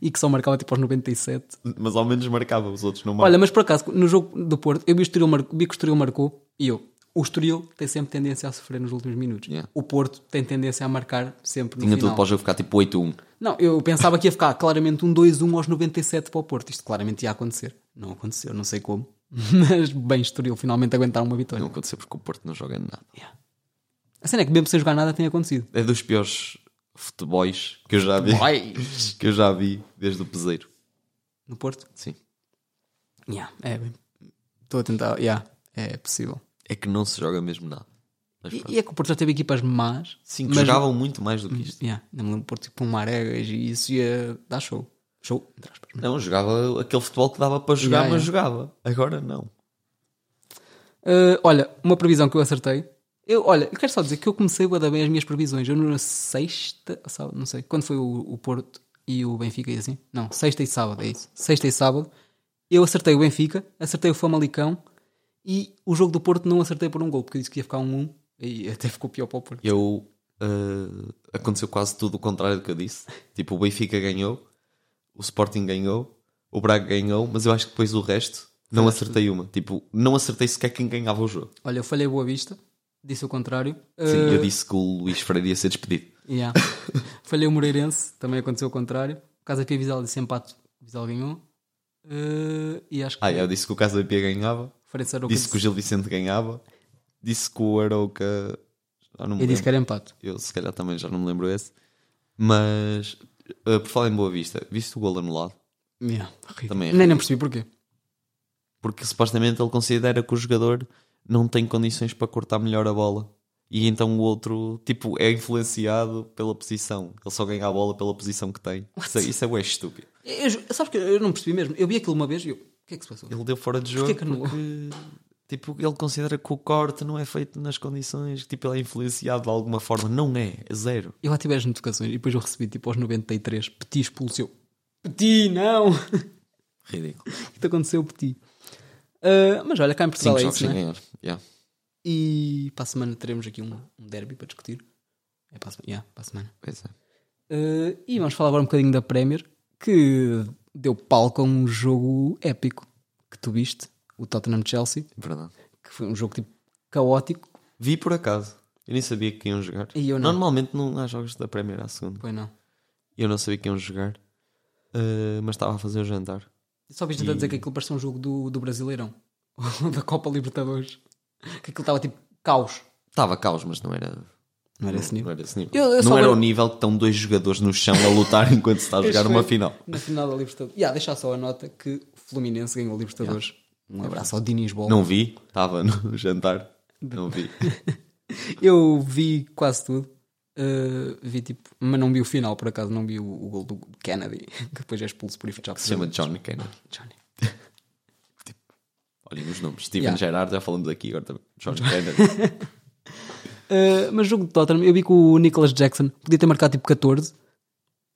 Speaker 2: E que só marcava tipo aos 97.
Speaker 3: Mas ao menos marcava, os outros não marcam.
Speaker 2: Olha, mas por acaso, no jogo do Porto, eu vi, o Estoril mar... vi que o Estoril marcou e eu. O Estoril tem sempre tendência a sofrer nos últimos minutos.
Speaker 3: Yeah.
Speaker 2: O Porto tem tendência a marcar sempre no
Speaker 3: Tinha
Speaker 2: final.
Speaker 3: tudo para o jogo ficar tipo 8-1.
Speaker 2: Não, eu pensava que ia ficar claramente um 2-1 aos 97 para o Porto. Isto claramente ia acontecer. Não aconteceu, não sei como. Mas bem, Estoril finalmente aguentar uma vitória.
Speaker 3: Não aconteceu porque o Porto não joga nada.
Speaker 2: Yeah. A cena é que mesmo sem jogar nada tem acontecido.
Speaker 3: É dos piores futebois que eu já vi.
Speaker 2: Vai!
Speaker 3: Que eu já vi desde o Peseiro.
Speaker 2: No Porto?
Speaker 3: Sim.
Speaker 2: Yeah, é bem. Estou a tentar. Yeah, é possível.
Speaker 3: É que não se joga mesmo nada. Mas pronto.
Speaker 2: E, e é que o Porto já teve equipas más.
Speaker 3: Sim, que
Speaker 2: mas
Speaker 3: Hum. jogavam muito mais do que isto.
Speaker 2: Yeah, ainda me lembro de pôr tipo um Maregas e isso ia dar show. Show, entre aspas.
Speaker 3: Não, jogava aquele futebol que dava para jogar,
Speaker 2: Ya,
Speaker 3: mas jogava. Agora não.
Speaker 2: Ah, olha, uma previsão que eu acertei. Eu, olha, eu quero só dizer que eu comecei bué da bem as minhas previsões. Eu na sexta, sábado, não sei, quando foi o, o Porto e o Benfica e assim? Não, sexta e sábado, é isso. Sexta e sábado, eu acertei o Benfica, acertei o Famalicão e o jogo do Porto não acertei por um gol, porque eu disse que ia ficar um 1 e até ficou pior para o Porto.
Speaker 3: Eu. ah, aconteceu quase tudo o contrário do que eu disse. Tipo, o Benfica ganhou, o Sporting ganhou, o Braga ganhou, mas eu acho que depois o resto não acertei uma. Tipo, não acertei sequer quem ganhava o jogo.
Speaker 2: Olha, eu falhei Boa Vista, disse o contrário.
Speaker 3: Sim,
Speaker 2: Ah,
Speaker 3: eu disse que o Luís Freire ia ser despedido.
Speaker 2: Yeah. Falhei o Moreirense, também aconteceu o contrário. Casa Pia Vizela disse empate, Vizela ganhou. Eh, e acho que
Speaker 3: Ah, eu disse que o Casa da Pia ganhava,
Speaker 2: Farense Arouca
Speaker 3: disse que o Gil Vicente ganhava, disse que o Arauca. Já não me
Speaker 2: Eu disse
Speaker 3: lembro.
Speaker 2: que era empate.
Speaker 3: Eu se calhar também já não me lembro esse. Mas, ah, por falar em Boa Vista, viste o gol anulado?
Speaker 2: Yeah, horrível.
Speaker 3: Também é
Speaker 2: Nem, nem percebi porquê.
Speaker 3: porque supostamente ele considera que o jogador não tem condições para cortar melhor a bola. E então o outro, tipo, é influenciado pela posição. Ele só ganha a bola pela posição que tem. Isso, é- isso é bué estúpido.
Speaker 2: Eu, ju- sabes que eu não percebi mesmo. Eu vi aquilo uma vez e eu. O que é que se passou?
Speaker 3: Ele deu fora de jogo
Speaker 2: Porquê que anulou?
Speaker 3: porque, tipo, ele considera que o corte não é feito nas condições. Tipo, ele é influenciado de alguma forma. Não é. É zero.
Speaker 2: Eu ativei as notificações e depois eu recebi tipo aos 93. Petit expulsou. Petit, não! o é
Speaker 3: Ridículo.
Speaker 2: que te aconteceu, Petit? Eh, mas olha, cá em Portugal
Speaker 3: Cinco
Speaker 2: é
Speaker 3: jogos
Speaker 2: isso,
Speaker 3: sem
Speaker 2: né?
Speaker 3: ganhar. Yeah.
Speaker 2: E para a semana teremos aqui um, um derby para discutir. É para a semana. Yeah, para a semana.
Speaker 3: Pois é.
Speaker 2: Eh, e vamos falar agora um bocadinho da Premier, que deu palco a um jogo épico que tu viste, o Tottenham-Chelsea,
Speaker 3: Verdade.
Speaker 2: que foi um jogo tipo caótico.
Speaker 3: Vi por acaso. Eu nem sabia que iam jogar.
Speaker 2: E eu não.
Speaker 3: Normalmente não há jogos da Premier à segunda.
Speaker 2: Pois não.
Speaker 3: Eu não sabia que iam jogar, eh, mas estava a fazer o jantar.
Speaker 2: Eu Só vi gente a dizer que aquilo parecia um jogo do, do Brasileirão, ou da Copa Libertadores, que aquilo estava tipo caos.
Speaker 3: Estava caos, mas não era.
Speaker 2: Não era esse nível.
Speaker 3: Não era, esse nível.
Speaker 2: Eu- eu só
Speaker 3: não era
Speaker 2: lembro-
Speaker 3: o nível que estão dois jogadores no chão a lutar enquanto se está a jogar
Speaker 2: Este
Speaker 3: uma
Speaker 2: foi
Speaker 3: final.
Speaker 2: Na final da Libertadores. Yeah, deixar só a nota que o Fluminense ganhou a Libertadores. Um abraço ao Diniz Bola.
Speaker 3: Não vi, estava no jantar. Não vi.
Speaker 2: Eu vi quase tudo. Uh, vi tipo, mas não vi o final, por acaso não vi o, o gol do Kennedy, que depois é expulso por efeito já
Speaker 3: Se chama John Kennedy.
Speaker 2: Johnny.
Speaker 3: Olhem os nomes. Steven
Speaker 2: Yeah.
Speaker 3: Gerrard, já falamos aqui agora também. John Kennedy.
Speaker 2: Uh, mas jogo de Tottenham, eu vi que o Nicholas Jackson podia ter marcado tipo 14 uh,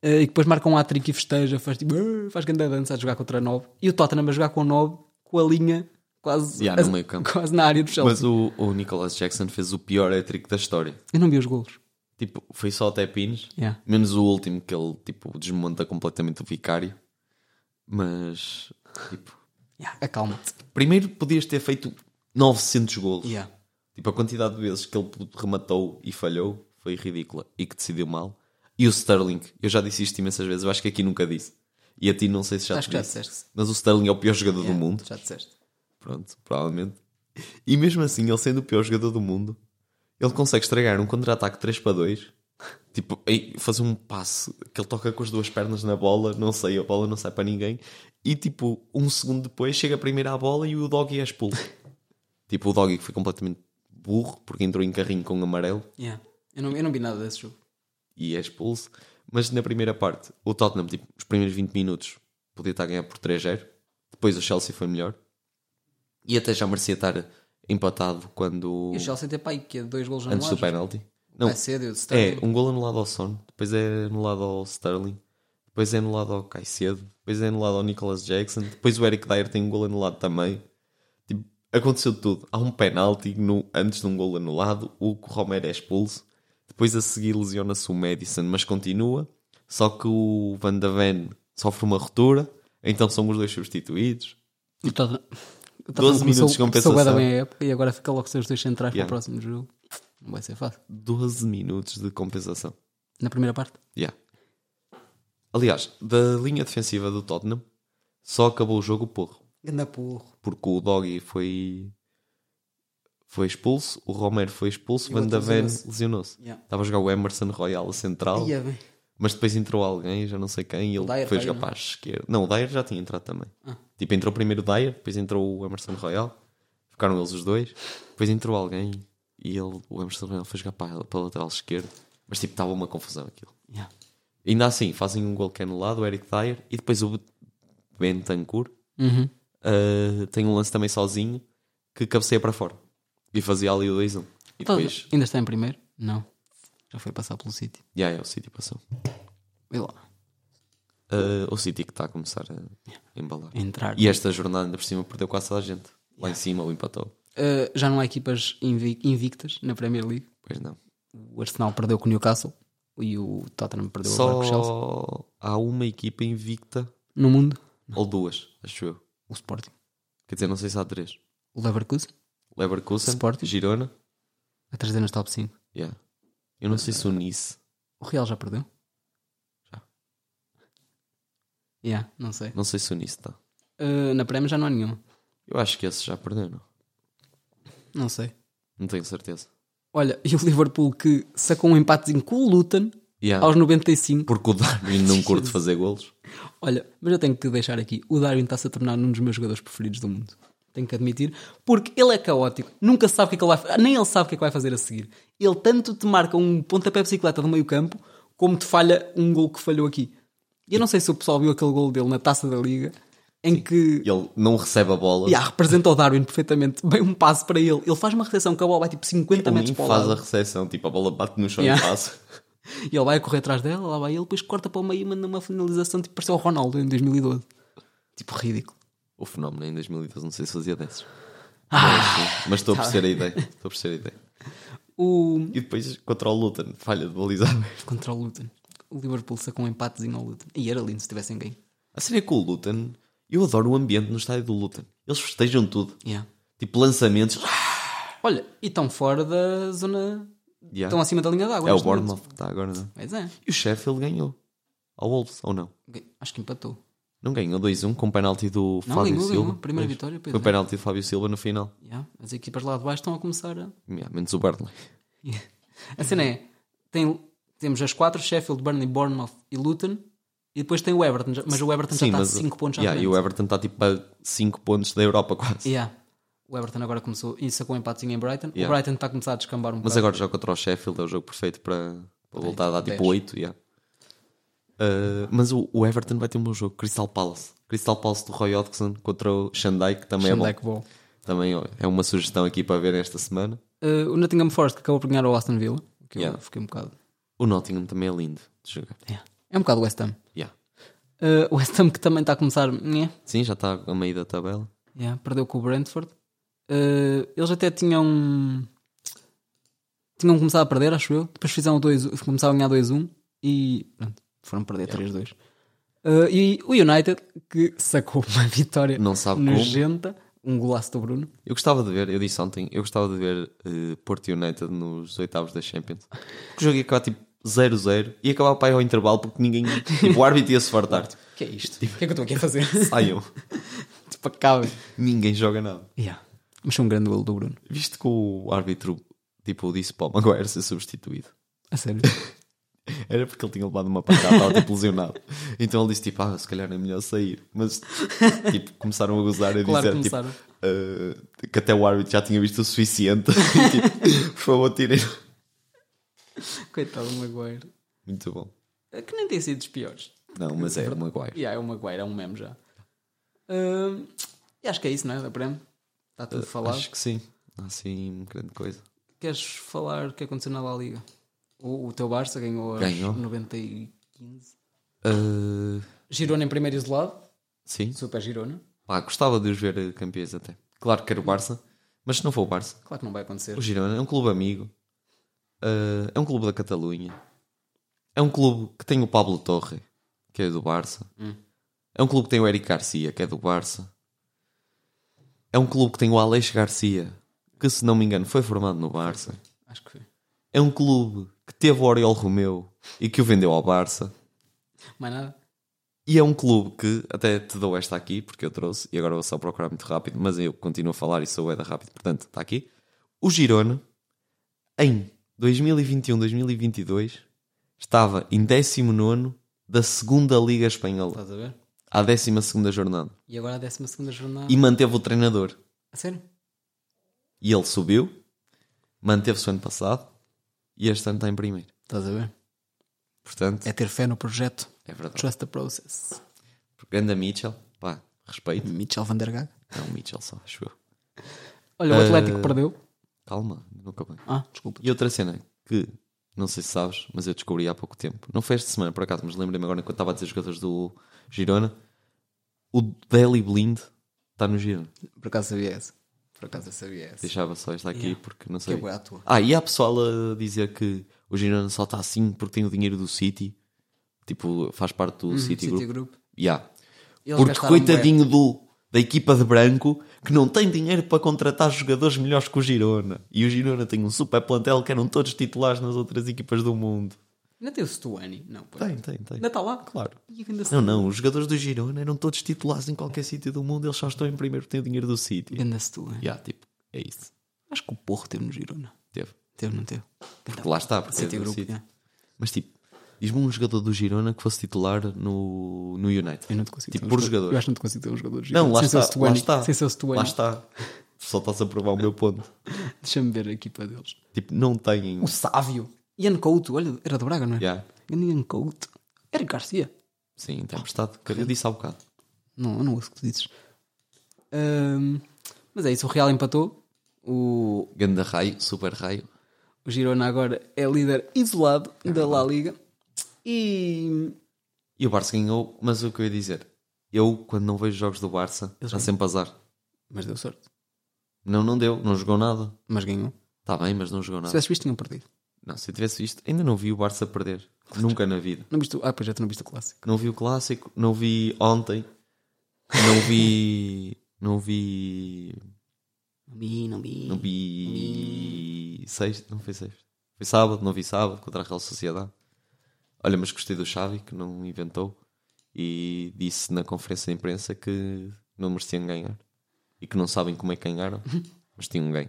Speaker 2: e que depois marca um hat-trick e festeja, faz tipo, "Ah", faz grande dança a jogar contra 9 e o Tottenham a jogar com 9 com a linha quase,
Speaker 3: Yeah, no
Speaker 2: a-
Speaker 3: meio campo.
Speaker 2: quase na área do Chelsea.
Speaker 3: mas o, o Nicholas Jackson fez o pior hat-trick da história.
Speaker 2: Eu não vi os golos.
Speaker 3: Tipo, foi só até pins.
Speaker 2: Yeah.
Speaker 3: Menos o último que ele tipo, desmonta completamente o vicário. Mas, tipo,
Speaker 2: Yeah, Acalma-te.
Speaker 3: Primeiro podias ter feito 900 golos.
Speaker 2: Yeah.
Speaker 3: Tipo, a quantidade de vezes que ele rematou e falhou foi ridícula e que decidiu mal. E o Sterling, eu já disse isto imensas vezes, eu acho que aqui nunca disse. E a ti não sei se já
Speaker 2: Acho
Speaker 3: te
Speaker 2: que já
Speaker 3: disse.
Speaker 2: disseste.
Speaker 3: Mas o Sterling é o pior jogador do
Speaker 2: Yeah,
Speaker 3: mundo.
Speaker 2: Já disseste.
Speaker 3: Pronto, provavelmente. E mesmo assim, ele sendo o pior jogador do mundo, ele consegue estragar um contra-ataque 3 para 2. Tipo, aí fazer um passe que ele toca com as duas pernas na bola, não sei, a bola não sai para ninguém. E tipo, um segundo depois chega primeiro à bola e o Doggy é expulso. tipo, o Doggy que foi completamente burro porque entrou em carrinho com um amarelo
Speaker 2: Yeah. Eu, não, eu não vi nada desse jogo.
Speaker 3: e é expulso. Mas na primeira parte, o Tottenham, tipo, os primeiros 20 minutos, podia estar a ganhar por 3-0. Depois o Chelsea foi melhor. E até já merecia estar empatado quando.
Speaker 2: E o Chelsea tem pai que é dois golos
Speaker 3: antes do
Speaker 2: anulados.
Speaker 3: penalti. Não,
Speaker 2: É cedo, eu
Speaker 3: é
Speaker 2: Sterling.
Speaker 3: um gol anulado ao Son, depois é anulado ao Sterling, depois é anulado ao Caicedo, depois é anulado ao Nicholas Jackson, depois o Eric Dyer tem um gol anulado também. Tipo, aconteceu tudo. Há um penalti no- antes de um gol anulado, o Romero é expulso, depois a seguir lesiona-se o Madison, mas continua, só que o Van de Ven sofre uma ruptura, então são os dois substituídos.
Speaker 2: O Tottenham- o Tottenham
Speaker 3: 12 minutos de
Speaker 2: começou- começou
Speaker 3: compensação.
Speaker 2: bué da bem a época e agora fica logo sem os dois centrais
Speaker 3: Yeah.
Speaker 2: para o próximo jogo. Não vai ser fácil.
Speaker 3: 12 minutos de compensação.
Speaker 2: Na primeira parte.
Speaker 3: Yeah. Aliás, da linha defensiva do Tottenham, só acabou o jogo o Porro.
Speaker 2: Ganda porro.
Speaker 3: Porque o Doggy foi... foi expulso, o Romero foi expulso,
Speaker 2: E o
Speaker 3: Van
Speaker 2: outro
Speaker 3: der Ven
Speaker 2: lesionou-se.
Speaker 3: lesionou-se.
Speaker 2: Yeah.
Speaker 3: Estava a jogar o Emerson Royal a central,
Speaker 2: Ia bem.
Speaker 3: mas depois entrou alguém, já não sei quem, e ele
Speaker 2: Dyer
Speaker 3: foi
Speaker 2: tá aí, não
Speaker 3: jogar
Speaker 2: é?
Speaker 3: para a esquerda. Não, o Dyer já tinha entrado também.
Speaker 2: Ah.
Speaker 3: Tipo, entrou primeiro o Dyer, depois entrou o Emerson Royal, ficaram eles os dois, depois entrou alguém e ele, o Emerson Royal foi jogar para, para a lateral esquerda. Mas tipo, estava uma confusão aquilo.
Speaker 2: Yeah.
Speaker 3: Ainda assim, fazem um gol que é anulado, o Eric Dyer, e depois o Bentancur
Speaker 2: Uhum.
Speaker 3: tem um lance também sozinho que cabeceia para fora. E fazia ali o 2-1. E
Speaker 2: Tá-
Speaker 3: depois,
Speaker 2: Ainda está em primeiro? Não. Já foi passar pelo City.
Speaker 3: já é, o City passou.
Speaker 2: Vê lá.
Speaker 3: Ah, o City que está a começar a embalar.
Speaker 2: Entrar.
Speaker 3: E esta jornada ainda por cima perdeu quase toda a gente. Lá em cima ou empatou.
Speaker 2: Uh, já não há equipas invi- invictas na Premier League.
Speaker 3: Pois não.
Speaker 2: O Arsenal perdeu com o Newcastle e o Tottenham perdeu agora com o
Speaker 3: Oh.
Speaker 2: Chelsea.
Speaker 3: Só há uma equipa invicta,
Speaker 2: No mundo,
Speaker 3: ou duas, acho eu.
Speaker 2: o Sporting.
Speaker 3: Quer dizer, não sei se há três.
Speaker 2: O Leverkusen,
Speaker 3: Leverkusen,
Speaker 2: Sporting.
Speaker 3: Girona.
Speaker 2: a trazer nas top 5.
Speaker 3: Yeah. Eu não sei se o Nice.
Speaker 2: O Real já perdeu?
Speaker 3: Já.
Speaker 2: Yeah, não sei.
Speaker 3: Não sei se o Nice está.
Speaker 2: Uh, na Premier já não há nenhuma.
Speaker 3: Eu acho que esse já perdeu, não?
Speaker 2: Não sei.
Speaker 3: Não tenho certeza.
Speaker 2: Olha, e o Liverpool que sacou um empatezinho com o Luton
Speaker 3: Yeah.
Speaker 2: aos 95.
Speaker 3: Porque o Darwin não curte fazer golos.
Speaker 2: Olha, mas eu tenho que te deixar aqui. O Darwin está-se a tornar um dos meus jogadores preferidos do mundo. Tenho que admitir. Porque ele é caótico. Nunca sabe o que é que ele vai fazer. Nem ele sabe o que é que vai fazer a seguir. Ele tanto te marca um pontapé bicicleta do meio campo, como te falha um gol que falhou aqui. E eu não sei se o pessoal viu aquele gol dele na Taça da Liga, em que...
Speaker 3: Ele não recebe a bola.
Speaker 2: Yeah, representa o Darwin perfeitamente. Bem, um passo para ele. Ele faz uma recepção que a bola vai tipo 50
Speaker 3: O
Speaker 2: metros
Speaker 3: Ninho
Speaker 2: para o
Speaker 3: faz a
Speaker 2: lado.
Speaker 3: recepção. Tipo, a bola bate no chão
Speaker 2: Yeah.
Speaker 3: e passa.
Speaker 2: E ele vai a correr atrás dela, lá vai ele, depois corta para o meio e manda uma finalização tipo pareceu o Ronaldo em 2012. Tipo, ridículo.
Speaker 3: O fenómeno em 2012, não sei se fazia desses.
Speaker 2: Ah,
Speaker 3: Mas estou a perceber a ideia. Estou a perceber a ideia.
Speaker 2: o...
Speaker 3: E depois contra o Luton, falha de baliza aberta.
Speaker 2: Contra o Luton. O Liverpool sacou um empatezinho ao Luton. E era lindo se tivessem ganho.
Speaker 3: A cena é que o Luton, eu adoro o ambiente no estádio do Luton. Eles festejam tudo.
Speaker 2: Yeah.
Speaker 3: Tipo lançamentos.
Speaker 2: Olha, e estão fora da zona...
Speaker 3: Yeah.
Speaker 2: Estão acima da linha d'água.
Speaker 3: É o
Speaker 2: neste momento.
Speaker 3: Bournemouth que está agora, não é?
Speaker 2: Pois é.
Speaker 3: E o Sheffield ganhou. Ao Wolves, ou não?
Speaker 2: Acho que empatou.
Speaker 3: Não ganhou 2-1 com o penalti do
Speaker 2: Não,
Speaker 3: Fábio
Speaker 2: ganhou,
Speaker 3: Silva.
Speaker 2: ganhou. Primeira
Speaker 3: Pois.
Speaker 2: vitória, pois
Speaker 3: Foi
Speaker 2: é.
Speaker 3: o penalti do Fábio Silva no final.
Speaker 2: Yeah. As equipas lá de baixo estão a começar a...
Speaker 3: Yeah, menos o Burnley.
Speaker 2: A cena é, tem- temos as quatro, Sheffield, Burnley, Bournemouth e Luton, e depois tem o Everton, já- mas o Everton já está a 5 pontos à
Speaker 3: yeah, E
Speaker 2: frente.
Speaker 3: o Everton está tipo a 5 pontos da Europa quase.
Speaker 2: Yeah. O Everton agora começou e sacou um empatezinho em Brighton. O
Speaker 3: Yeah.
Speaker 2: Brighton está a começar a descambar um
Speaker 3: Mas
Speaker 2: bocado.
Speaker 3: agora joga contra o Sheffield, é o jogo perfeito para, para voltar a dar tipo
Speaker 2: dez.
Speaker 3: 8. Yeah. Uh, mas o, o Everton vai ter um bom jogo. Crystal Palace. Crystal Palace do Roy Hodgson contra o Shandai, que também é
Speaker 2: Shandai
Speaker 3: bom.
Speaker 2: que bom.
Speaker 3: Também ó, é uma sugestão aqui para ver esta semana.
Speaker 2: Uh, o Nottingham Forest que acabou por ganhar o Aston Villa, que
Speaker 3: Yeah.
Speaker 2: eu fiquei um bocado.
Speaker 3: O Nottingham também é lindo de jogar.
Speaker 2: Yeah. É um bocado West Ham.
Speaker 3: Yeah.
Speaker 2: Uh, o West Ham que também está a começar. nhé.
Speaker 3: Sim, já está a meio da tabela.
Speaker 2: Yeah, perdeu com o Brentford. Uh, eles até tinham. Tinham começado a perder, acho eu. Depois fizeram 2 começaram a ganhar 2-1 e pronto, foram perder 3-2. Uh, e o United que sacou uma vitória
Speaker 3: Não sabe como.
Speaker 2: nojenta, um golaço do Bruno.
Speaker 3: Eu gostava de ver, eu disse ontem, eu gostava de ver eh, Porto United nos oitavos da Champions. Porque o jogo ia acabar tipo 0-0 e acabava para ir ao intervalo porque ninguém. Tipo, o árbitro ia se fartar. Tipo,
Speaker 2: Que é isto? O que é que eu estou aqui a fazer?
Speaker 3: Saiam.
Speaker 2: tipo, acaba.
Speaker 3: Ninguém joga nada.
Speaker 2: Yeah. Mas foi um grande golo do Bruno.
Speaker 3: Viste que o árbitro, tipo, disse para o Maguire ser substituído.
Speaker 2: A sério.
Speaker 3: Era porque ele tinha levado uma pancada, estava tipo lesionado. Então ele disse tipo, ah, se calhar é melhor sair. Mas, tipo, começaram a gozar a
Speaker 2: Claro,
Speaker 3: dizer tipo,
Speaker 2: começaram.
Speaker 3: ah, que até o árbitro já tinha visto o suficiente. tipo, por favor, tirem.
Speaker 2: Coitado do Maguire.
Speaker 3: Muito bom.
Speaker 2: É Que nem tem sido dos piores.
Speaker 3: Não, mas é o Maguire.
Speaker 2: Yeah, é o Maguire, é um meme já. Hum, e acho que é isso, não é? Da Prem? Está tudo falado.
Speaker 3: Acho que sim. Assim, grande coisa.
Speaker 2: Queres falar o que aconteceu na La Liga? O, o teu Barça ganhou aos
Speaker 3: Ganhou.
Speaker 2: 90 e 15.
Speaker 3: Ah,
Speaker 2: Girona em primeiro isolado.
Speaker 3: sim.
Speaker 2: Super Girona.
Speaker 3: Pá, gostava de os ver eh, campeões até. Claro que era o Barça, mas se não for o Barça,
Speaker 2: Claro que não vai acontecer.
Speaker 3: o Girona é um clube amigo. Ah, é um clube da Catalunha. É um clube que tem o Pablo Torre, que é do Barça. É um clube que tem o Eric Garcia, que é do Barça. É um clube que tem o Alex Garcia, que se não me engano foi formado no Barça.
Speaker 2: Acho que foi.
Speaker 3: É um clube que teve o Oriol Romeu e que o vendeu ao Barça.
Speaker 2: Mais nada.
Speaker 3: E é um clube que, até te dou esta aqui, porque eu trouxe, e agora vou só procurar muito rápido, mas eu continuo a falar e sou Eda rápido, portanto está aqui. O Girona, em 2021-2022, estava em 19 da segunda Liga Espanhola,
Speaker 2: Estás a ver?
Speaker 3: à 12 jornada,
Speaker 2: E agora a 12 jornada.
Speaker 3: e manteve o treinador.
Speaker 2: A sério?
Speaker 3: E ele subiu, manteve-se o ano passado, e este ano está em primeiro.
Speaker 2: Estás a ver?
Speaker 3: Portanto,
Speaker 2: É ter fé no projeto.
Speaker 3: é verdade.
Speaker 2: Trust the process.
Speaker 3: Ganda Mitchell, pá, respeito.
Speaker 2: Mitchell van der Gaag.
Speaker 3: É um Mitchell só, acho eu.
Speaker 2: Olha, o Atlético perdeu.
Speaker 3: Calma, nunca bem.
Speaker 2: Ah, desculpa.
Speaker 3: E outra cena que não sei se sabes, mas eu descobri há pouco tempo. Não foi esta semana, por acaso, mas lembrei-me agora enquanto estava a dizer jogadores do Girona. O Deli Blind está no Girona.
Speaker 2: Por acaso sabia essa. Por acaso eu sabia essa.
Speaker 3: Deixava só esta aqui porque não sei.
Speaker 2: Que é boa à toa.
Speaker 3: Ah, e há pessoal a dizer que o Girona só está assim porque tem o dinheiro do City. Tipo, faz parte do City Group.
Speaker 2: Hum, City Group.
Speaker 3: Yeah.
Speaker 2: Eles
Speaker 3: Porque
Speaker 2: gastaram
Speaker 3: coitadinho do, da equipa de branco que não tem dinheiro para contratar jogadores melhores que o Girona. E o Girona tem um super plantel que eram todos titulares nas outras equipas do mundo.
Speaker 2: Ainda tem o Stuani? Não, pois.
Speaker 3: Tem, tem, tem.
Speaker 2: Ainda está lá?
Speaker 3: Claro.
Speaker 2: E ainda
Speaker 3: Não, não, os jogadores do Girona eram todos titulares em qualquer sítio do mundo, eles só estão em primeiro porque têm o dinheiro do City.
Speaker 2: Ainda Stuani.
Speaker 3: Yeah, tipo, é isso.
Speaker 2: Acho que o Porro teve no Girona.
Speaker 3: Teve.
Speaker 2: Teve, não teve?
Speaker 3: Porque lá está, porque é
Speaker 2: Tá. City
Speaker 3: do
Speaker 2: Group,
Speaker 3: City.
Speaker 2: yeah.
Speaker 3: Mas tipo, diz-me um jogador do Girona que fosse titular no, no United.
Speaker 2: Eu não te consigo ter
Speaker 3: Tipo,
Speaker 2: um
Speaker 3: por
Speaker 2: jogador-
Speaker 3: jogador.
Speaker 2: Eu acho que não te consigo ter um jogador de
Speaker 3: Não,
Speaker 2: Girona.
Speaker 3: lá
Speaker 2: sem ser
Speaker 3: está,
Speaker 2: o
Speaker 3: lá
Speaker 2: Stuani.
Speaker 3: está.
Speaker 2: Sem ser o Stuani.
Speaker 3: Lá está. Só estás a provar o meu ponto.
Speaker 2: Deixa-me ver a equipa deles.
Speaker 3: Tipo, não têm.
Speaker 2: O Sávio. Ian Couto. Olha, era do Braga, não é?
Speaker 3: Yeah.
Speaker 2: Grande Ian Couto. Eric Garcia.
Speaker 3: Sim, está emprestado. Que eu disse há bocado.
Speaker 2: Não, eu não ouço o que tu dizes. Ahm, mas é isso. O Real empatou. O,
Speaker 3: Ganda raio, super raio.
Speaker 2: o Girona agora é líder isolado da La Liga. E
Speaker 3: E o Barça ganhou, mas o que eu ia dizer? Eu, quando não vejo jogos do Barça, já sempre azar.
Speaker 2: Mas deu sorte.
Speaker 3: Não, não deu, não jogou nada.
Speaker 2: Mas ganhou.
Speaker 3: Está bem, mas não jogou
Speaker 2: Se
Speaker 3: nada.
Speaker 2: tivesse visto, tinham perdido.
Speaker 3: Não, se eu tivesse visto, ainda não vi o Barça perder. Nunca na vida.
Speaker 2: Não viste o... Ah, pois já tu não viste o clássico.
Speaker 3: Não vi o clássico, não vi ontem, não vi. Não vi.
Speaker 2: Não vi, não vi.
Speaker 3: Não vi. Sexta, não foi sexta. Foi sábado, não vi sábado contra a Real Sociedade. Olha, mas gostei do Xavi, que não inventou, e disse na conferência de imprensa que não mereciam ganhar e que não sabem como é que ganharam, mas tinham ganho.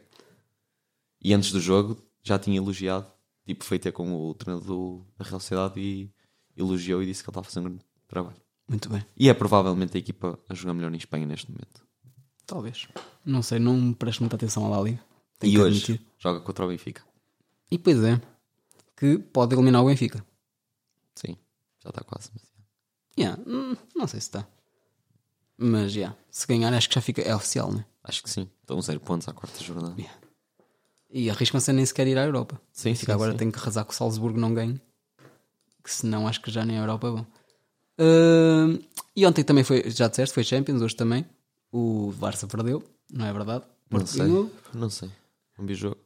Speaker 3: E antes do jogo já tinha elogiado, tipo, foi ter com o treinador da Real Sociedade e elogiou e disse que ele estava fazendo um grande trabalho.
Speaker 2: Muito bem.
Speaker 3: E é provavelmente a equipa a jogar melhor em Espanha neste momento.
Speaker 2: Talvez. Não sei, não presto muita atenção à La Liga. Tenho
Speaker 3: E
Speaker 2: que
Speaker 3: hoje
Speaker 2: admitir.
Speaker 3: joga contra o Benfica.
Speaker 2: E pois é. Que pode eliminar o Benfica.
Speaker 3: Sim, já está quase. Mas...
Speaker 2: Yeah, hum, não sei se está. Mas já. se ganhar, acho que já fica. É oficial, né?
Speaker 3: Acho que sim. Estão zero pontos à quarta jornada.
Speaker 2: E arriscam-se a nem sequer ir à Europa.
Speaker 3: Sim,
Speaker 2: Fica
Speaker 3: sim,
Speaker 2: agora
Speaker 3: sim.
Speaker 2: tenho que arrasar que o Salzburgo não ganhe. Que senão acho que já nem a Europa vão. Ahm, e ontem também foi, já disseste, foi Champions, hoje também. O Barça perdeu, não é verdade?
Speaker 3: Não
Speaker 2: Porto
Speaker 3: sei.
Speaker 2: ganhou.
Speaker 3: Não sei. Um bijogo.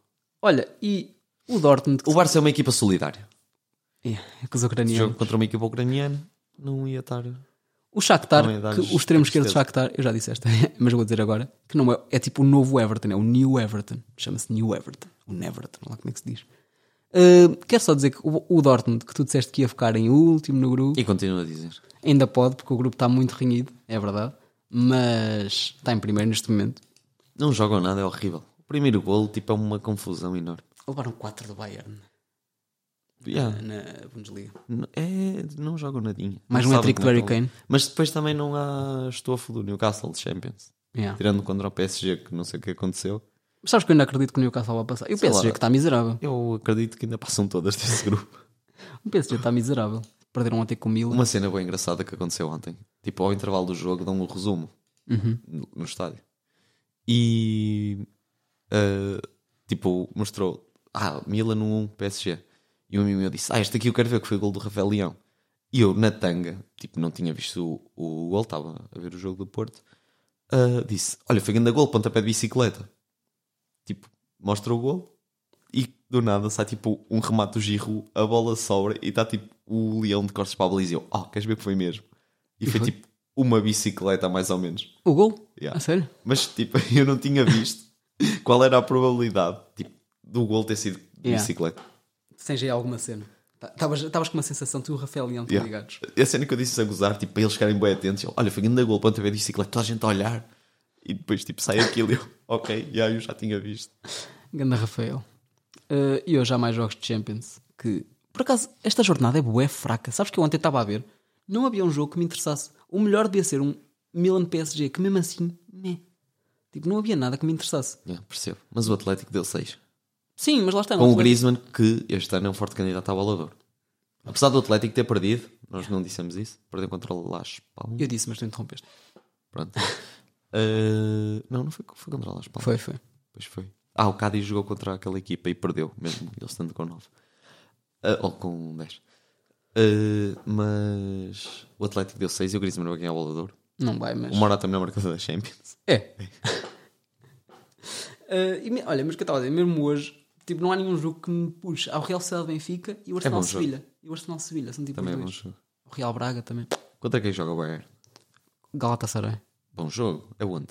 Speaker 2: Olha, e o Dortmund.
Speaker 3: O Barça é uma equipa solidária.
Speaker 2: Yeah, é com os
Speaker 3: Se
Speaker 2: ucranianos.
Speaker 3: jogo contra uma equipa ucraniana, não ia estar.
Speaker 2: O Shakhtar,
Speaker 3: Também dá-lhes
Speaker 2: que o extremo esquerdo do
Speaker 3: tristeza.
Speaker 2: Shakhtar, eu já disse esta, mas vou dizer agora, que não é, é tipo o novo Everton, é o New Everton, chama-se New Everton, o Neverton, lá como é que se diz. Ah, quero só dizer que o, o Dortmund, que tu disseste que ia ficar em último no grupo,
Speaker 3: E continuo a dizer.
Speaker 2: ainda pode, porque o grupo está muito renhido, é verdade, mas está em primeiro neste momento.
Speaker 3: Não jogam nada, é horrível. O primeiro golo, tipo, é uma confusão enorme.
Speaker 2: Levaram 4 do Bayern
Speaker 3: Yeah.
Speaker 2: na Bundesliga.
Speaker 3: N- É, não jogam nadinha.
Speaker 2: Mais
Speaker 3: Não
Speaker 2: um
Speaker 3: sabem
Speaker 2: hat-trick
Speaker 3: como é
Speaker 2: do
Speaker 3: que
Speaker 2: Harry
Speaker 3: estão. Mas depois também não há estofo do Newcastle de Champions.
Speaker 2: Yeah.
Speaker 3: Tirando contra o PSG, que não sei o que aconteceu.
Speaker 2: Mas sabes que eu ainda acredito que o Newcastle vai passar? E o PSG
Speaker 3: lá.
Speaker 2: que está miserável.
Speaker 3: Eu acredito que ainda passam todas desse grupo.
Speaker 2: O PSG está miserável. Perderam ontem com o Milan.
Speaker 3: Uma cena bem engraçada que aconteceu ontem. Tipo, ao intervalo do jogo, dão um resumo no, no estádio. E. ah, tipo, mostrou. Ah, Milan 1, PSG. E um amigo meu disse: Ah, este aqui eu quero ver que foi o gol do Rafael Leão. E eu, na tanga, tipo, não tinha visto o, o gol, estava a ver o jogo do Porto. ah, disse: Olha, foi grande gol, pontapé de bicicleta. Tipo, mostra o gol. E do nada sai tipo um remate do Giro, a bola sobra e está tipo o leão de costas para a bola e diz eu, oh, queres ver que foi mesmo? E foi tipo uma bicicleta mais ou menos.
Speaker 2: O gol?
Speaker 3: Yeah.
Speaker 2: A sério?
Speaker 3: Mas tipo, eu não tinha visto qual era a probabilidade tipo, do gol ter sido de
Speaker 2: Yeah.
Speaker 3: bicicleta.
Speaker 2: sem já alguma cena. Estavas com uma sensação, tu e o Rafael Leão estão
Speaker 3: Yeah.
Speaker 2: ligados.
Speaker 3: E a cena que eu disse a gozar, tipo, para eles ficarem bem atentos, eu, olha, foi grande gol, ponto a ver de bicicleta, toda a gente a olhar. E depois tipo sai aquilo e eu, ok, yeah, eu já tinha visto.
Speaker 2: Ganda Rafael. Eh, e hoje há mais jogos de Champions. Que, por acaso, esta jornada é bué fraca. Sabes que eu ontem estava a ver, não havia um jogo que me interessasse. O melhor devia ser um Milan-PSG, que mesmo assim, meh. Tipo, não havia nada que me interessasse.
Speaker 3: Yeah, percebo. Mas o Atlético deu 6.
Speaker 2: Sim, mas lá está.
Speaker 3: Com o
Speaker 2: Atlético-
Speaker 3: é Griezmann, que este ano é um forte candidato ao Balador. Apesar do Atlético ter perdido, nós não dissemos isso, perdeu contra o Las Palmas.
Speaker 2: Eu disse, mas tu interrompeste.
Speaker 3: Pronto. Eh, não, não foi, foi contra o Las Palmas.
Speaker 2: Foi, foi.
Speaker 3: Pois foi. Ah, o Cádiz jogou contra aquela equipa e perdeu, mesmo ele estando com 9. Ah, ou com 10. Ah, mas o Atlético deu 6 e o Griezmann vai ganhar o Bola de Ouro.
Speaker 2: Não vai, mas.
Speaker 3: O Morata também é marcador da Champions.
Speaker 2: É. Eh, e me- olha, mas o que eu estava a dizer, mesmo hoje, tipo, não há nenhum jogo que me puxe. Há o Real Sociedade Benfica e o Arsenal
Speaker 3: É bom jogo.
Speaker 2: Sevilha. E o Arsenal Sevilha são tipo
Speaker 3: Também é
Speaker 2: os
Speaker 3: bom
Speaker 2: dois.
Speaker 3: jogo.
Speaker 2: O Real Braga também.
Speaker 3: Contra quem joga o Bayern?
Speaker 2: Galatasaray.
Speaker 3: Bom jogo. É onde?